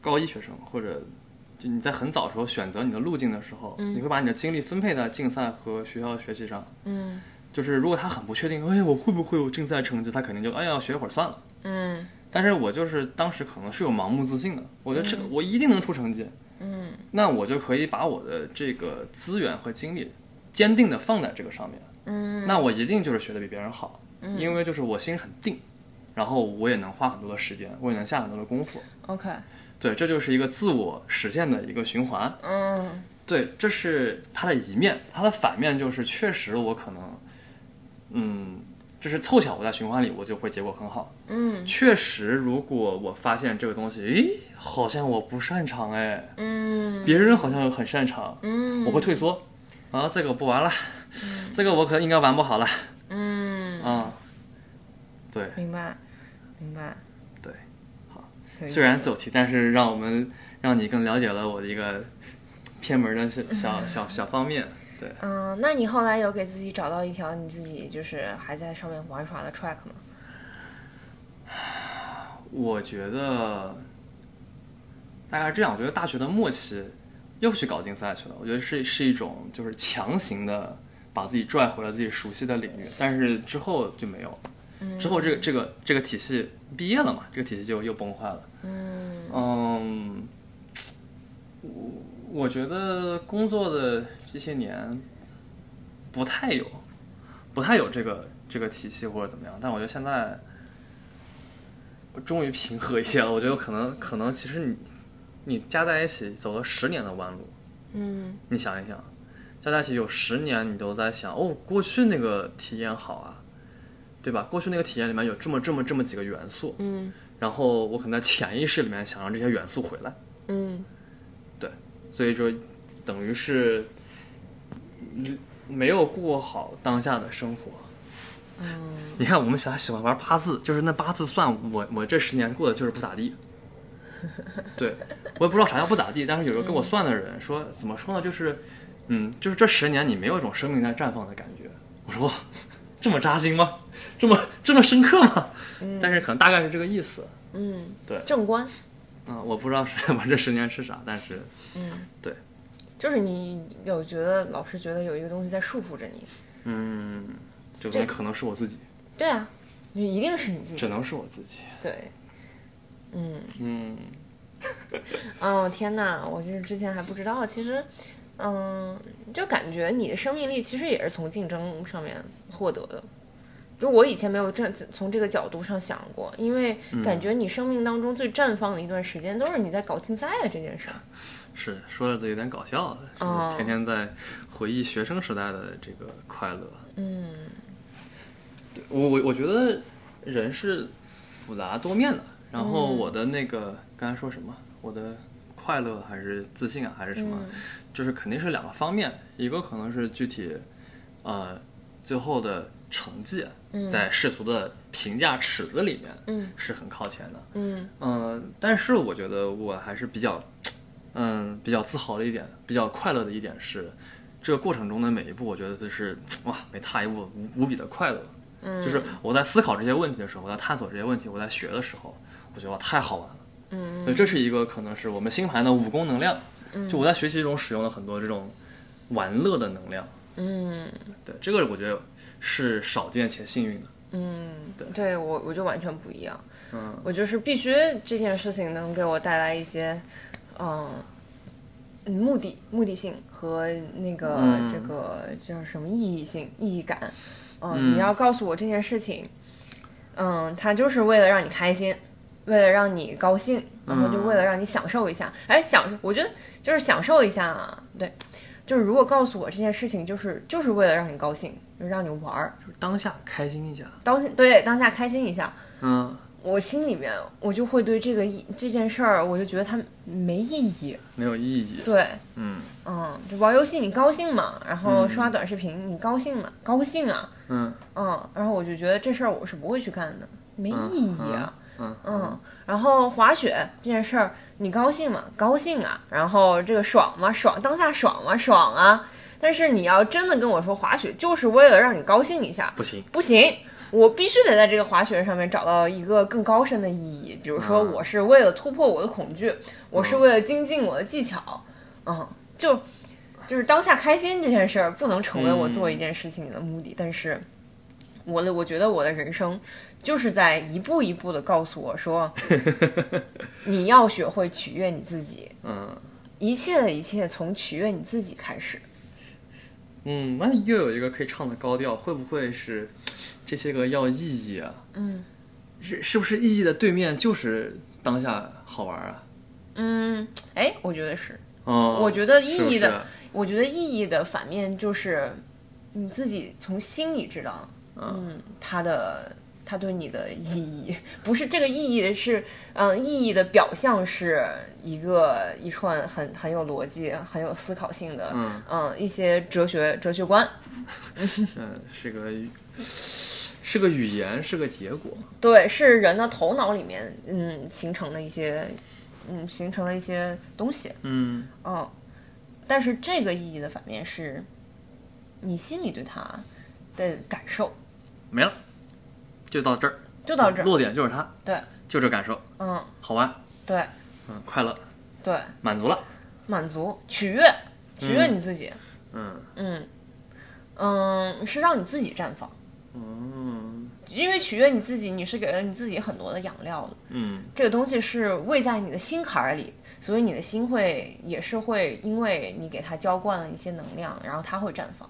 高一学生，或者就你在很早的时候选择你的路径的时候，你会把你的精力分配在竞赛和学校学习上。嗯就是如果他很不确定，哎，我会不会有竞赛成绩，他肯定就哎呀学一会儿算了。嗯但是我就是当时可能是有盲目自信的，我觉得这个我一定能出成绩，嗯，那我就可以把我的这个资源和精力坚定的放在这个上面，嗯，那我一定就是学的比别人好，因为就是我心很定，然后我也能花很多的时间，我也能下很多的功夫， ，OK，对，这就是一个自我实现的一个循环，嗯对，这是它的一面，它的反面就是确实我可能，嗯，就是凑巧我在循环里我就会结果很好，嗯确实，如果我发现这个东西，诶，好像我不擅长，哎，嗯别人好像很擅长，嗯我会退缩，啊，这个不玩了，这个我可应该玩不好了，嗯，啊，对，明白明白。对，好，虽然走题，但是让我们让你更了解了我的一个偏门的小小小小方面，对，嗯，那你后来有给自己找到一条你自己就是还在上面玩耍的 track 吗？我觉得大概是这样，我觉得大学的末期又去搞竞赛去了，我觉得是是一种就是强行的把自己拽回了自己熟悉的领域，但是之后就没有了，之后这个这个这个体系毕业了嘛，这个体系就又崩坏了。嗯嗯，我我觉得工作的这些年不太有，不太有这个这个体系或者怎么样，但我觉得现在我终于平和一些了。我觉得可能可能其实你你加在一起走了十年的弯路，嗯你想一想，加在一起有十年，你都在想哦，过去那个体验好啊，对吧？过去那个体验里面有这么这么这么几个元素，嗯然后我可能在潜意识里面想让这些元素回来，嗯所以说等于是嗯没有过好当下的生活。嗯，你看，我们小孩喜欢玩八字，就是那八字算我我这十年过得就是不咋地。对，我也不知道啥叫不咋地，但是有个跟我算的人说，怎么说呢，就是，嗯，就是这十年你没有一种生命在绽放的感觉。我说，这么扎心吗？这么这么深刻吗？但是可能大概是这个意思。嗯，对正观嗯，我不知道是 我这十年是啥，但是嗯就是你有觉得老是觉得有一个东西在束缚着你，嗯，这这个可能是我自己，对啊，就一定是你自只己能是我自己。对。嗯，嗯，哦天哪，我就是之前还不知道，其实，嗯，就感觉你的生命力其实也是从竞争上面获得的。就我以前没有这从这个角度上想过，因为感觉你生命当中最绽放的一段时间都是你在搞竞赛啊的这件事儿。是说的有点搞笑，哦就是天天在回忆学生时代的这个快乐。嗯对我我我觉得人是复杂多面的。然后嗯我的那个、刚才说什么？我的快乐还是自信啊，还是什么？嗯就是肯定是两个方面，一个可能是具体，呃，最后的成绩嗯在世俗的评价尺子里面，嗯，是很靠前的，嗯嗯，但是我觉得我还是比较，嗯，比较自豪的一点，比较快乐的一点是，这个过程中的每一步，我觉得就是哇，每踏一步无无比的快乐。嗯，就是我在思考这些问题的时候，我在探索这些问题，我在学的时候，我觉得哇，太好玩了。嗯，这是一个可能是我们星盘的武功能量。嗯，就我在学习中使用了很多这种玩乐的能量。嗯对，这个我觉得是少见且幸运的。嗯，对对我我就完全不一样，嗯，我就是必须这件事情能给我带来一些，嗯、嗯目的目的性和那个、嗯这个叫什么意义性意义感，呃嗯你要告诉我这件事情，嗯，它就是为了让你开心，为了让你高兴，然后就为嗯了让你享受一下。哎、享受，我觉得就是享受一下啊，对，就是如果告诉我这件事情就是就是为了让你高兴，就让你玩儿，就是当下开心一下。当对当下开心一下。嗯，我心里面我就会对这个意这件事儿，我就觉得它没意义。没有意义。对，嗯嗯，就玩游戏你高兴嘛，然后刷短视频你高兴嘛，高兴啊，嗯嗯，然后我就觉得这事儿我是不会去干的，没意义啊。嗯嗯，然后滑雪这件事儿，你高兴吗？高兴啊。然后这个爽吗？爽，当下爽吗？爽啊。但是你要真的跟我说滑雪就是为了让你高兴一下，不行。不行，我必须得在这个滑雪上面找到一个更高深的意义。比如说，嗯我是为了突破我的恐啊惧，我是为了精进我的技巧，嗯，就就是当下开心这件事儿不能成为我做一件事情的目的，但是我的我觉得我的人生就是在一步一步的告诉我 说，你要学会取悦你自己，嗯一切的一切从取悦你自己开始。嗯，那又有一个可以唱的高调，会不会是这些个要意义啊？嗯是是不是意义的对面就是当下好玩啊？嗯，哎，我觉得是。哦，我觉得意义的是不是我觉得意义的反面就是你自己从心里知道，嗯嗯，它的它对你的意义，不是这个意义是，嗯，意义的表象是一个一串很很有逻辑、很有思考性的，嗯嗯，一些哲学哲学观，嗯，是个语是个语言，是个结果。对，是人的头脑里面，嗯，形成的一些，嗯，形成的一些东西，嗯哦，但是这个意义的反面是，你心里对它的感受。没了，就到这儿，嗯就到这儿。落点就是它，对，就这感受，嗯，好玩，对嗯，快乐，对，满足了，满足、取悦、取悦嗯你自己，嗯嗯嗯是让你自己绽放，嗯因为取悦你自己，你是给了你自己很多的养料的。嗯这个东西是喂在你的心坎儿里，所以你的心会也是会因为你给它浇灌了一些能量，然后它会绽放。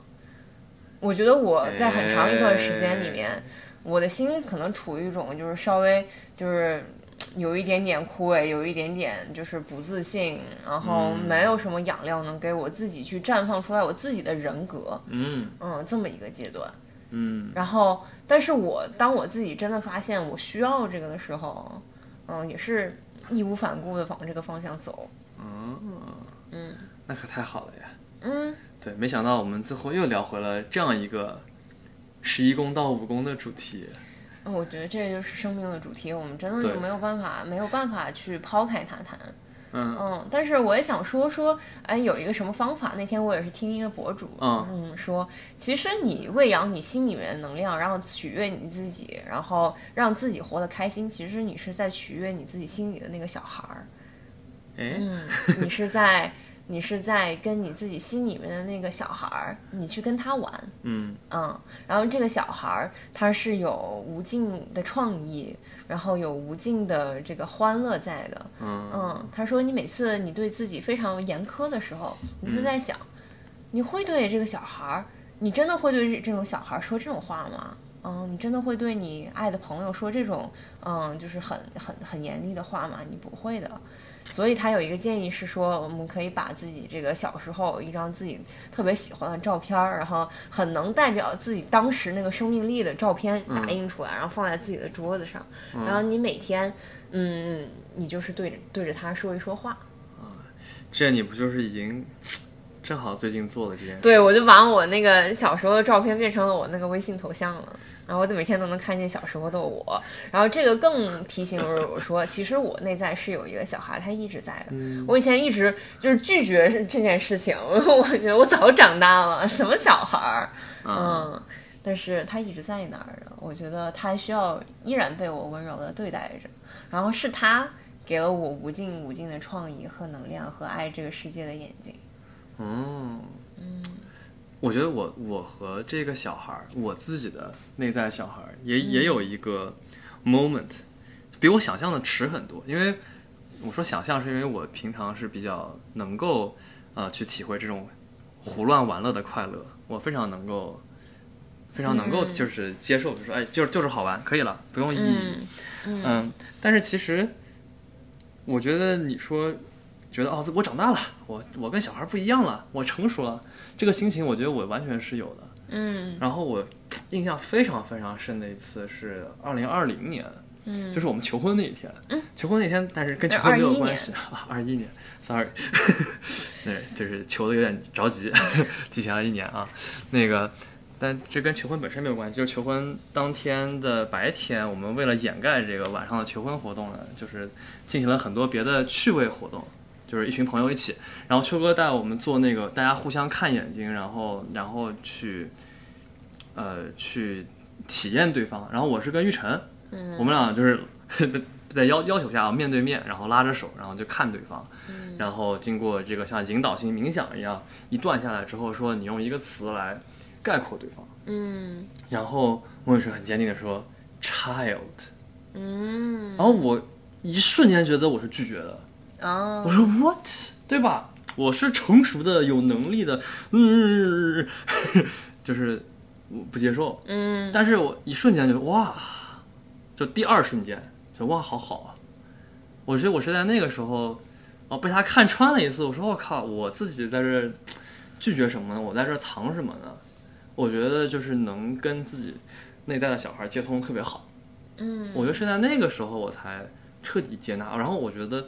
我觉得我在很长一段时间里面，我的心可能处于一种就是稍微就是嘖有一点点枯萎，有一点点就是不自信，然后没有什么养料能给我自己去绽放出来我自己的人格，嗯嗯，这么一个阶段。嗯，然后，但是我当我自己真的发现我需要这个的时候，嗯，也是义无反顾的往这个方向走。那可太好了呀。嗯，对，没想到我们最后又聊回了这样一个十一宫到五宫的主题。我觉得这就是生命的主题，我们真的对就没有办法，没有办法去抛开它谈。嗯嗯，但是我也想说说，哎，有一个什么方法？那天我也是听一个博主，嗯说其实你喂养你心里面的能量，然后取悦你自己，然后让自己活得开心，其实你是在取悦你自己心里的那个小孩儿。哎，嗯，你是在你是在跟你自己心里面的那个小孩儿，你去跟他玩，嗯嗯，然后这个小孩儿他是有无尽的创意，然后有无尽的这个欢乐在的，嗯嗯，他说你每次你对自己非常严苛的时候，你就在想，你会对这个小孩儿，你真的会对这种小孩儿说这种话吗？嗯，你真的会对你爱的朋友说这种嗯，就是很很很严厉的话吗？你不会的。所以他有一个建议是说，我们可以把自己这个小时候一张自己特别喜欢的照片儿，然后很能代表自己当时那个生命力的照片打印出来，然后放在自己的桌子上，然后你每天，嗯，你就是对着对着他说一说话，这你不就是已经正好最近做了这件事。对，我就把我那个小时候的照片变成了我那个微信头像了，然后我就每天都能看见小时候的我。然后这个更提醒我说，其实我内在是有一个小孩，他一直在的。我以前一直就是拒绝这件事情， 我觉得我早长大了，什么小孩儿，嗯，嗯。但是他一直在那儿的，我觉得他需要依然被我温柔的对待着，然后是他给了我无尽无尽的创意和能量和爱这个世界的眼睛。嗯，我觉得我我和这个小孩儿，我自己的内在小孩儿也、也有一个 moment，比我想象的迟很多。因为我说想象，是因为我平常是比较能够呃去体会这种胡乱玩乐的快乐，我非常能够。非常能够就是接受，比如说，哎，就是就是好玩，可以了，不用意义。嗯嗯，但是其实，我觉得你说，觉得哦，我长大了，我我跟小孩不一样了，我成熟了，这个心情，我觉得我完全是有的。嗯然后我印象非常非常深的一次是二零二零年，嗯，就是我们求婚那一天，求婚那天，但是跟那求婚没有21关系 啊，二一年，sorry，对，就是求的有点着急， 提前了一年啊，那个，但这跟求婚本身没有关系，就是求婚当天的白天，我们为了掩盖这个晚上的求婚活动呢，就是进行了很多别的趣味活动。就是一群朋友一起，然后秋哥带我们做那个大家互相看眼睛，然后然后去，呃，去体验对方。然后我是跟玉晨，我们俩就是在要要求下面对面，然后拉着手，然后就看对方，然后经过这个像引导性冥想一样，一段下来之后，说你用一个词来概括对方，嗯然后孟女士很坚定的说 “child”，嗯 mm. 然后我一瞬间觉得我是拒绝的，哦我，说 “what”，对吧？我是成熟的、有能力的，嗯， 就是我不接受，嗯但是我一瞬间就哇，就第二瞬间就哇，好好啊！我觉得我是在那个时候，哦，被他看穿了一次。我说我靠，我自己在这儿拒绝什么呢？我在这儿藏什么呢？我觉得就是能跟自己内在的小孩接通特别好。嗯，我觉得是在那个时候我才彻底接纳。然后我觉得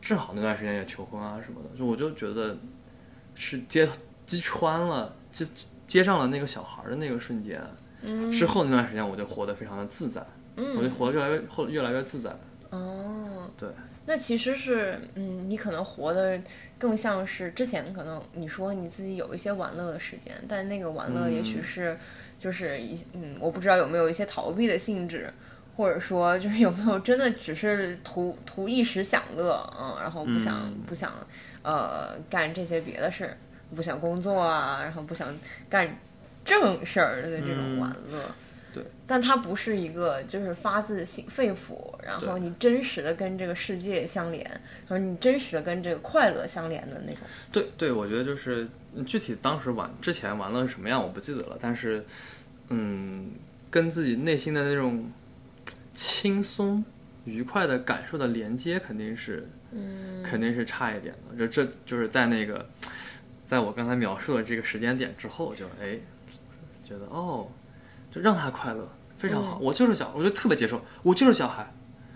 正好那段时间也求婚啊什么的，就我就觉得是揭击穿了接接上了那个小孩的那个瞬间。嗯之后那段时间，我就活得非常的自在，我就嗯活得越来越后越来越自在。哦，对，那其实是嗯，你可能活的更像是之前可能你说你自己有一些玩乐的时间，但那个玩乐也许嗯是、就是一嗯，我不知道有没有一些逃避的性质。或者说，就是有没有真的只是图图一时享乐，嗯，然后不想、嗯不想，呃，干这些别的事儿，不想工作啊，然后不想干正事儿的这种玩嗯乐。对，但它不是一个就是发自心肺腑，然后对你真实的跟这个世界相连，然后你真实的跟这个快乐相连的那种。对对，我觉得就是嗯具体当时玩之前玩了什么样我不记得了，但是嗯，跟自己内心的那种轻松愉快的感受的连接，肯定是嗯肯定是差一点的。这这就是在那个在我刚才描述的这个时间点之后，就哎觉得哦，就让他快乐。非常好，我就是小，我就特别接受，我就是小孩，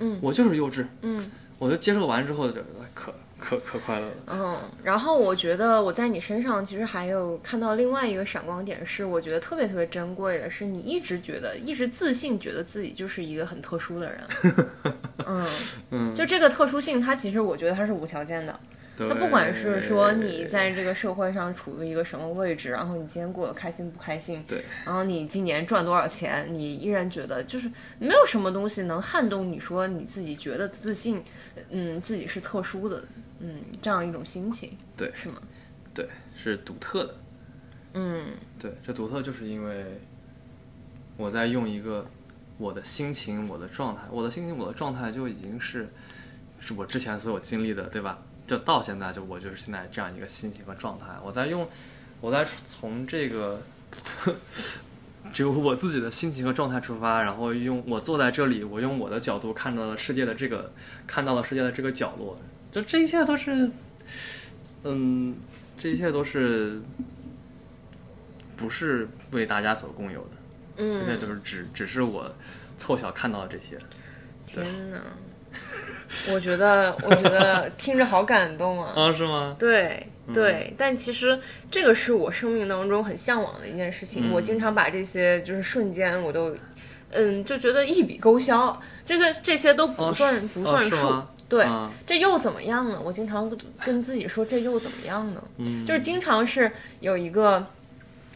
嗯我就是幼稚，嗯我就接受完之后就觉得可可可快乐了。嗯。然后我觉得我在你身上其实还有看到另外一个闪光点，是我觉得特别特别珍贵的，是你一直觉得一直自信，觉得自己就是一个很特殊 的人。嗯，嗯，就这个特殊性，它其实我觉得它是无条件的。对他不管是说你在这个社会上处于一个什么位置，然后你今天过得开心不开心，对，然后你今年赚多少钱，你依然觉得就是没有什么东西能撼动你说你自己觉得自信，嗯，自己是特殊的，嗯，这样一种心情，对是吗？对是独特的，嗯对，这独特就是因为我在用一个我的心情、我的状态，我的心情、我的状态就已经是是我之前所有经历的，对吧？就到现在，就我就是现在这样一个心情和状态，我在用，我在从这个只有我自己的心情和状态出发，然后用我坐在这里，我用我的角度看到了世界的这个看到了世界的这个角落，就这一切都是，嗯，这一切都是不是为大家所共有的。这些嗯，就是只只是我凑巧看到的这些。对天哪！我觉得，我觉得听着好感动啊！啊，是吗？对嗯对，但其实这个是我生命当中很向往的一件事情。我嗯经常把这些就是瞬间，我都，嗯，就觉得一笔勾销。这这这些都不哦算、是不算哦是数，吗对，啊这又怎么样呢？我经常跟自己说，这又怎么样呢？嗯就是经常是有一个。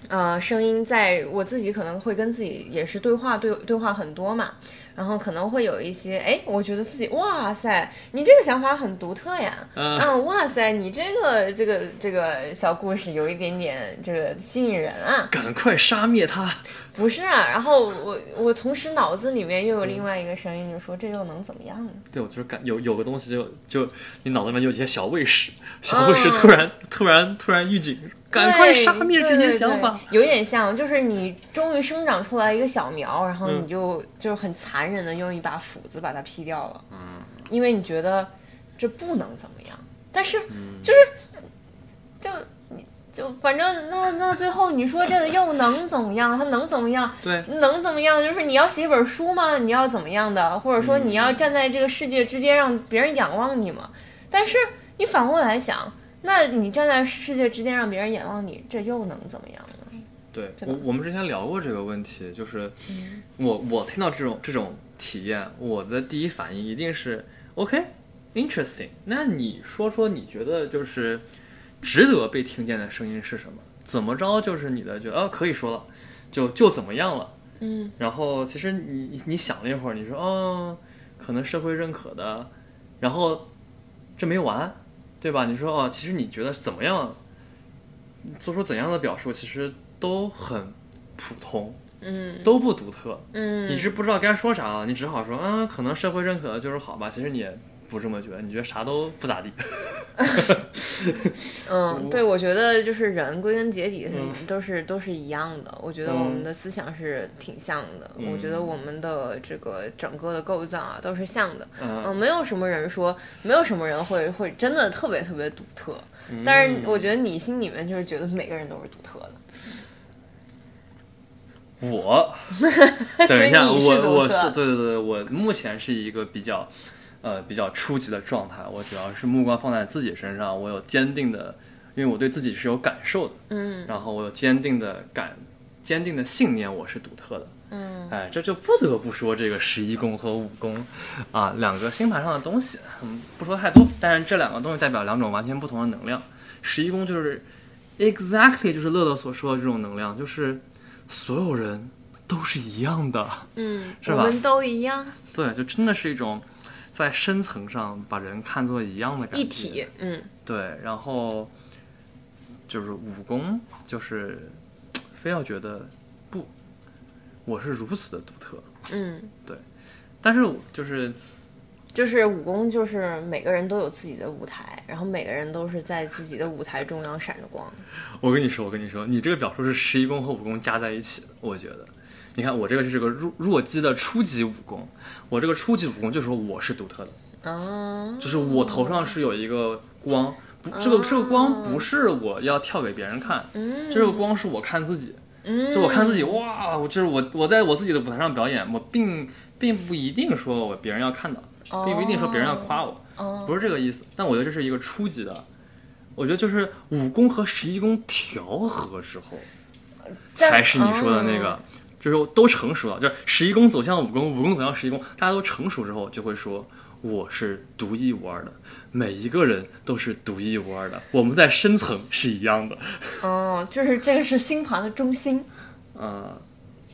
呃，声音在我自己可能会跟自己也是对话，对对话很多嘛，然后可能会有一些，哎，我觉得自己，哇塞，你这个想法很独特呀，嗯嗯，哇塞，你这个这个这个小故事有一点点这个吸引人啊，赶快杀灭他！不是啊，然后我我同时脑子里面又有嗯另外一个声音，就说这又能怎么样呢？对，我就是感有有个东西就就你脑子里面有一些小卫士，小卫士嗯突然、突然突然预警，赶快杀灭这些想法。对对对有点像，就是你终于生长出来一个小苗，然后嗯你就、就是很残忍的用一把斧子把它劈掉了，嗯，因为你觉得这不能怎么样，但是嗯就是、就你就反正那那最后你说这个又能怎么样？它能怎么样？对能怎么样？就是你要写一本书吗？你要怎么样的？或者说嗯你要站在这个世界之巅，让别人仰望你吗？但是你反过来想，那你站在世界之巅，让别人仰望你，这又能怎么样呢？对，对吧我我们之前聊过这个问题，就是我我听到这种这种体验，我的第一反应一定是 OK，interesting、那你说说你觉得就是值得被听见的声音是什么？怎么着就是你的觉得呃可以说了，就就怎么样了。嗯，然后其实你你你想了一会儿，你说哦，可能社会认可的，然后这没完，对吧？你说哦，其实你觉得怎么样，做出怎样的表述，其实都很普通，嗯都不独特。你嗯，是不知道该说啥了，你只好说嗯，可能社会认可的就是好吧。其实你也不这么觉得，你觉得啥都不咋地。 嗯，对，我觉得就是人归根结底是、嗯都是都是一样的。我觉得我们的思想是挺像的，嗯我觉得我们的这个整个的构造啊都是像的。嗯，嗯，没有什么人说，没有什么人会会真的特别特别独特。嗯但嗯是我觉得你心里面就是觉得每个人都是独特的。 我等一下，你是独特我我是对对对，我目前是一个比较呃比较初级的状态，我主要是目光放在自己身上，我有坚定的，因为我对自己是有感受的，嗯然后我有坚定的感坚定的信念，我是独特的。嗯哎，这就不得不说这个十一宫和五宫啊，两个星盘上的东西，嗯，不说太多，但是这两个东西代表两种完全不同的能量。十一宫就是 exactly 就是乐乐所说的这种能量，就是所有人都是一样的，嗯，是我吧们都一样，对，就真的是一种在深层上把人看作一样的感觉，一体。嗯对，然后就是武功，就是非要觉得不，我是如此的独特，嗯，但是我就是就是武功，就是每个人都有自己的舞台，然后每个人都是在自己的舞台中央闪着光。我跟你说，我跟你说，你这个表述是十一宫和武功加在一起的，我觉得。你看我这个是个弱弱鸡的初级武功，我这个初级武功就是说我是独特的，啊，就是我头上是有一个光，不，这个这个光不是我要跳给别人看，嗯这个光是我看自己，嗯，就我看自己，哇，我就是我我在我自己的舞台上表演，我并并不一定说我别人要看到，并不一定说别人要夸我，哦不是这个意思。但我觉得这是一个初级的，我觉得就是武功和十一宫调和之后，呃在哦才是你说的那个，就是都成熟了，就是十一宫走向五宫，五宫走向十一宫，大家都成熟之后就会说。我是独一无二的，每一个人都是独一无二的。我们在深层是一样的，哦，就是这个是星盘的中心，嗯、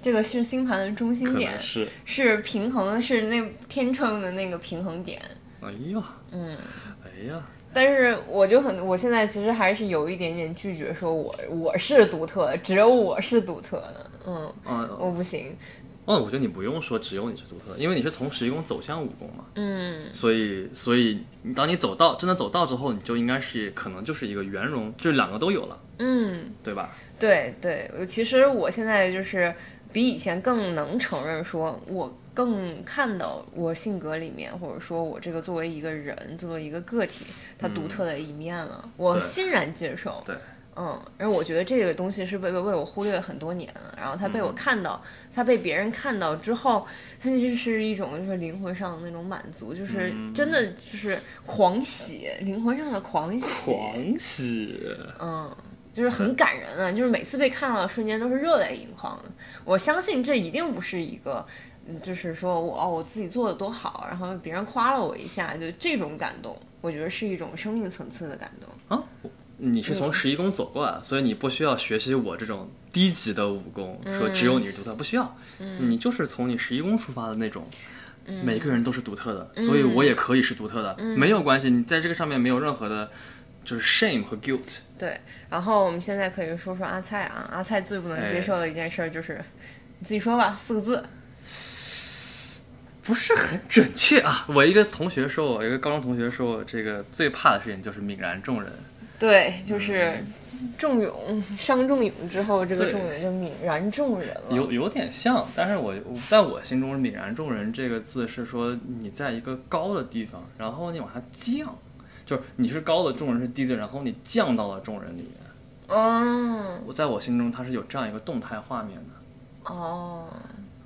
这个是星盘的中心可点能，是。是平衡，是那天秤的那个平衡点。哎呀，嗯，哎呀，但是我就很，我现在其实还是有一点点拒绝，说我我是独特的，只有我是独特的，嗯，嗯，我不行，哦，我觉得你不用说只有你是独特的，因为你是从十一宫走向武功嘛，嗯所以，所以当你走到真的走到之后，你就应该是可能就是一个圆融，就两个都有了，嗯，对吧？对对，其实我现在就是比以前更能承认，说我更看到我性格里面，或者说我这个作为一个人，作为一个个体，它独特的一面了，我嗯对欣然接受，对，嗯，然后我觉得这个东西是被被我忽略了很多年了，然后它嗯被我看到，它被别人看到之后，它就是一种就是灵魂上的那种满足，就是嗯真的就是狂喜，灵魂上的狂喜，狂喜，嗯，就是很感人啊！就是每次被看到的瞬间都是热泪盈眶的。我相信这一定不是一个，嗯就是说我哦我自己做的多好，然后别人夸了我一下，就这种感动，我觉得是一种生命层次的感动。啊！我你是嗯从十一宫走过来，所以你不需要学习我这种低级的武功，说只嗯有你是独特，不需要，你就是从你十一宫出发的那种。嗯每个人都是独特的，所以我也可以是独特的，没有关系。你在这个上面没有任何的，就是 shame 和 guilt。对，然后我们现在可以说说阿菜啊，阿菜最不能接受的一件事儿就是，你自己说吧，四个字，不是很准确啊！我一个同学说我，一个高中同学说我，这个最怕的事情就是泯然众人。对，就是仲永伤仲永之后，这个对仲永就泯然众人了，有有点像，但是我我在我心中“泯然众人”这个字是说你在一个高的地方，然后你往下降，就是你是高的，众人是低的，然后你降到了众人里面。嗯，我在我心中它是有这样一个动态画面的，哦，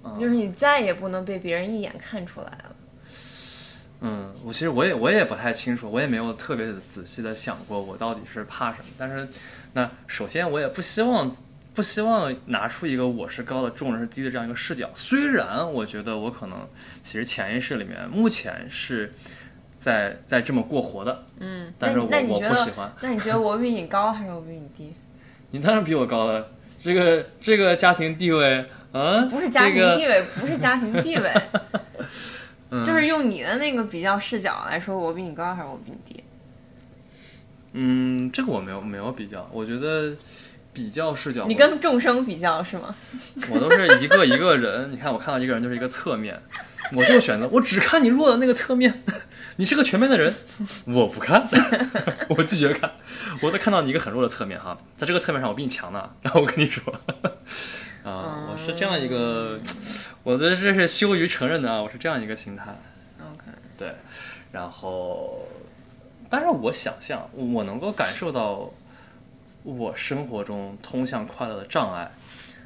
啊就是你再也不能被别人一眼看出来了，嗯，我其实我也我也不太清楚，我也没有特别仔细的想过我到底是怕什么。但是，那首先我也不希望不希望拿出一个我是高的，众人是低的这样一个视角。虽然我觉得我可能其实潜意识里面目前是在在这么过活的，嗯，但是我那那你我觉不喜得，欢。那你觉得我比你高还是我比你低？你当然比我高了，这个这个家庭地位，嗯，不是家庭这地个、位，不是家庭地 位，嗯就是用你的那个比较视角来说，我比你高还是我比你低？嗯，这个我没有没有比较，我觉得比较视角我，你跟众生比较是吗？我都是一个一个人，你看我看到一个人就是一个侧面，我就选择我只看你弱的那个侧面， 你是个全面的人，我不看， 我拒绝看，我都看到你一个很弱的侧面哈，在这个侧面上我比你强呢，然后我跟你说，啊，我是这样一个，我这这是羞于承认的啊，我是这样一个心态， OK，对，然后，但是我想象，我能够感受到，我生活中通向快乐的障碍，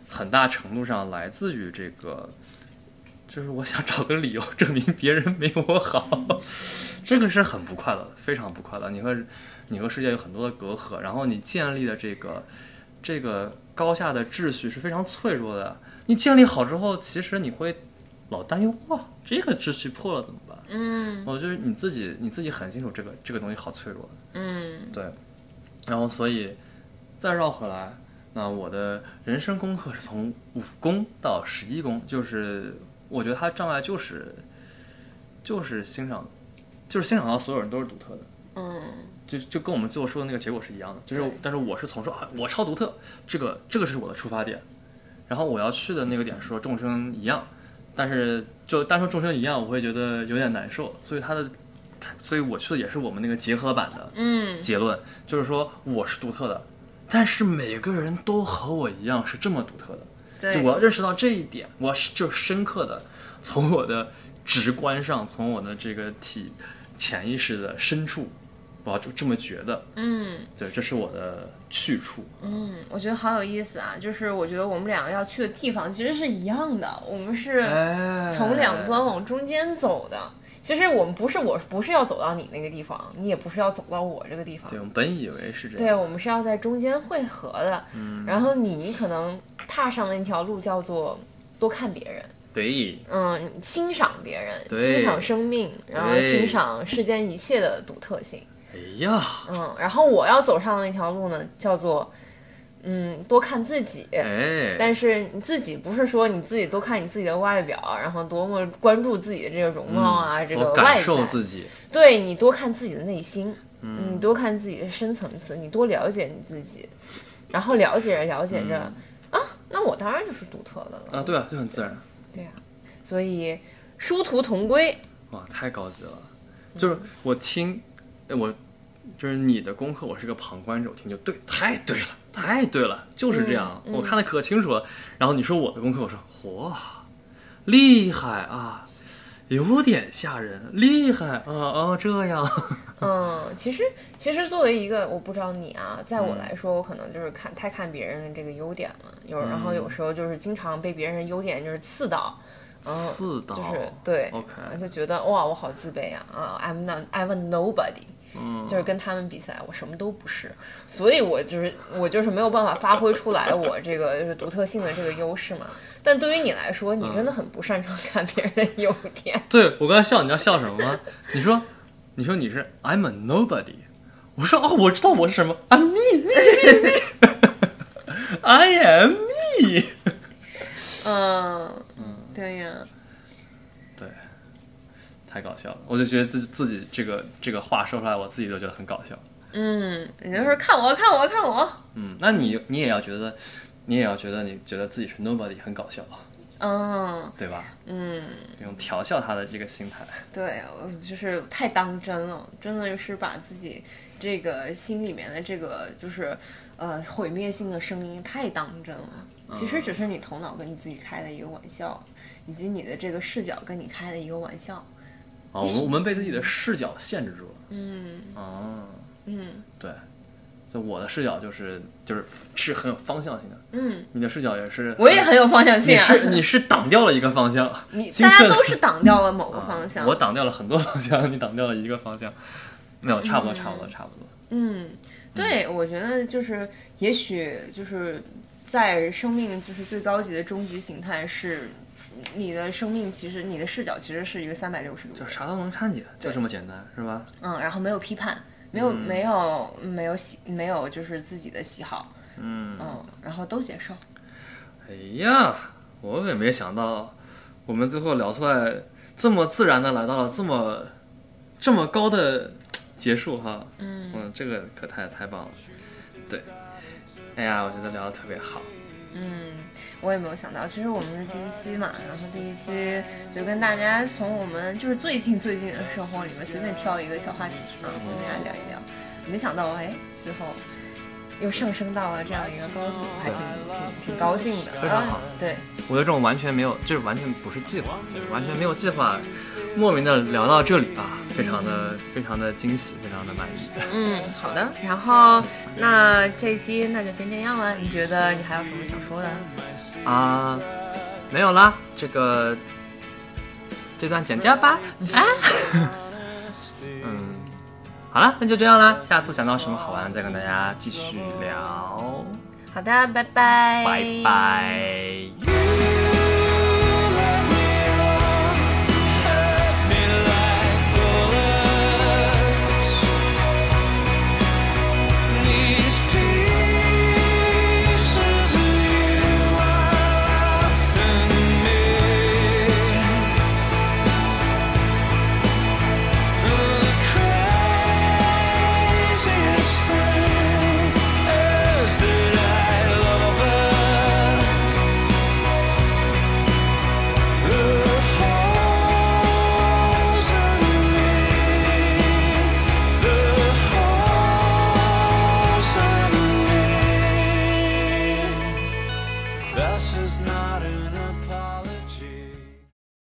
很大程度上来自于这个，就是我想找个理由证明别人没有我好， 这个是很不快乐的，非常不快乐。你和你和世界有很多的隔阂，然后你建立的这个这个高下的秩序是非常脆弱的。你建立好之后，其实你会老担忧哇，这个秩序破了怎么办？嗯我哦就是你自己，你自己很清楚这个这个东西好脆弱，嗯对。然后所以再绕回来，那我的人生功课是从五宫到十一宫，就是我觉得它障碍就是就是欣赏，就是欣赏到所有人都是独特的，嗯就就跟我们最后说的那个结果是一样的，就是对但是我是从说啊我超独特，这个这个是我的出发点，然后我要去的那个点说众生一样，但是就单说众生一样，我会觉得有点难受，所以他的，所以我去的也是我们那个结合版的嗯结论，就是说我是独特的，但是每个人都和我一样是这么独特的，就对，我要认识到这一点，我是就深刻的从我的直观上，从我的这个体潜意识的深处，我要就这么觉得。嗯对，这是我的去处。嗯，我觉得好有意思啊！就是我觉得我们两个要去的地方其实是一样的，我们是哎从两端往中间走的。其实我们不是，我不是要走到你那个地方，你也不是要走到我这个地方对，。我们本以为是这对，样。我们是要在中间汇合的。嗯然后你可能踏上了一条路，叫做多看别人。对，嗯，欣赏别人，对欣赏生命，然后对欣赏世间一切的独特性。哎呀，嗯，然后我要走上的那条路呢，叫做嗯，多看自己。哎，但是你自己不是说你自己多看你自己的外表，然后多么关注自己的这个容貌啊，这个嗯我外感在，受自己。嗯对你多看自己的内心，你多看自己的深层次，你多了解你自己，然后了解着了解着、嗯啊，那我当然就是独特的了。啊，对啊，就很自然。对啊，所以殊途同归。哇，太高级了！就是我听，呃我就是你的功课，我是个旁观者，我听就对，太对了，太对了，就是这样，嗯我看的可清楚了。然后你说我的功课，我说哇，厉害啊！有点吓人，厉害啊啊！这样，嗯，其实其实作为一个，我不知道你啊，在我嗯来说，我可能就是看太看别人的这个优点了，有然后有时候就是经常被别人的优点就是刺到，嗯，刺刀就是对 OK，就觉得哇，我好自卑啊啊，I'm not I'm a nobody。就是跟他们比起来，我什么都不是，所以我就是我就是没有办法发挥出来我这个就是独特性的这个优势嘛。但对于你来说，你真的很不擅长看别人的优点。对我刚才笑，你知道笑什么吗？你说，你说你是 I'm a nobody，我说哦，我知道我是什么，I'm me me me me，I am me。嗯，对呀，对，太搞笑了，我就觉得自己自己这个这个话说出来，我自己都觉得很搞笑。嗯，你就说看我，看我，看我。嗯，那你你也要觉得，你也要觉得你觉得自己是 nobody 很搞笑，嗯对吧？嗯，用调笑他的这个心态。对，我就是太当真了，真的是把自己这个心里面的这个就是呃毁灭性的声音太当真了。嗯其实只是你头脑跟你自己开的一个玩笑，以及你的这个视角跟你开的一个玩笑。啊，我们我们被自己的视角限制住了。嗯啊，嗯对，就我的视角就是就是是很有方向性的，嗯，你的视角也是，我也很有方向性你啊。是你是挡掉了一个方向，你精大家确都是挡掉了某个啊方向。我挡掉了很多方向，你挡掉了一个方向，没有，差不多，差不多，差不多。嗯，对，我觉得就是，也许就是在生命就是最高级的终极形态是，你的生命其实你的视角其实是一个三百六十度的就，啥都能看见，就这么简单，是吧？嗯，然后没有批判，没有、没有没有喜没有就是自己的喜好，嗯，嗯，然后都接受，哎呀，我可没想到，我们最后聊出来这么自然的来到了这么这么高的结束哈。嗯这个可太太棒了。对，哎呀，我觉得聊得特别好。嗯，我也没有想到，其实我们是第一期嘛，然后第一期就跟大家从我们就是最近最近的生活里面随便挑一个小话题啊，跟大家聊一聊。没想到哎，最后又上升到了这样一个高度，还挺挺挺高兴的，非常好啊对，我对这种完全没有，这完全不是计划，就是完全没有计划，莫名的聊到这里啊，非常的非常的惊喜，非常的满意。嗯，好的。然后那这一期那就先这样了。你觉得你还有什么想说的？啊，没有啦，这个这段剪掉吧。啊，嗯，好了，那就这样啦。下次想到什么好玩的，再跟大家继续聊。好的，拜拜，拜拜。 You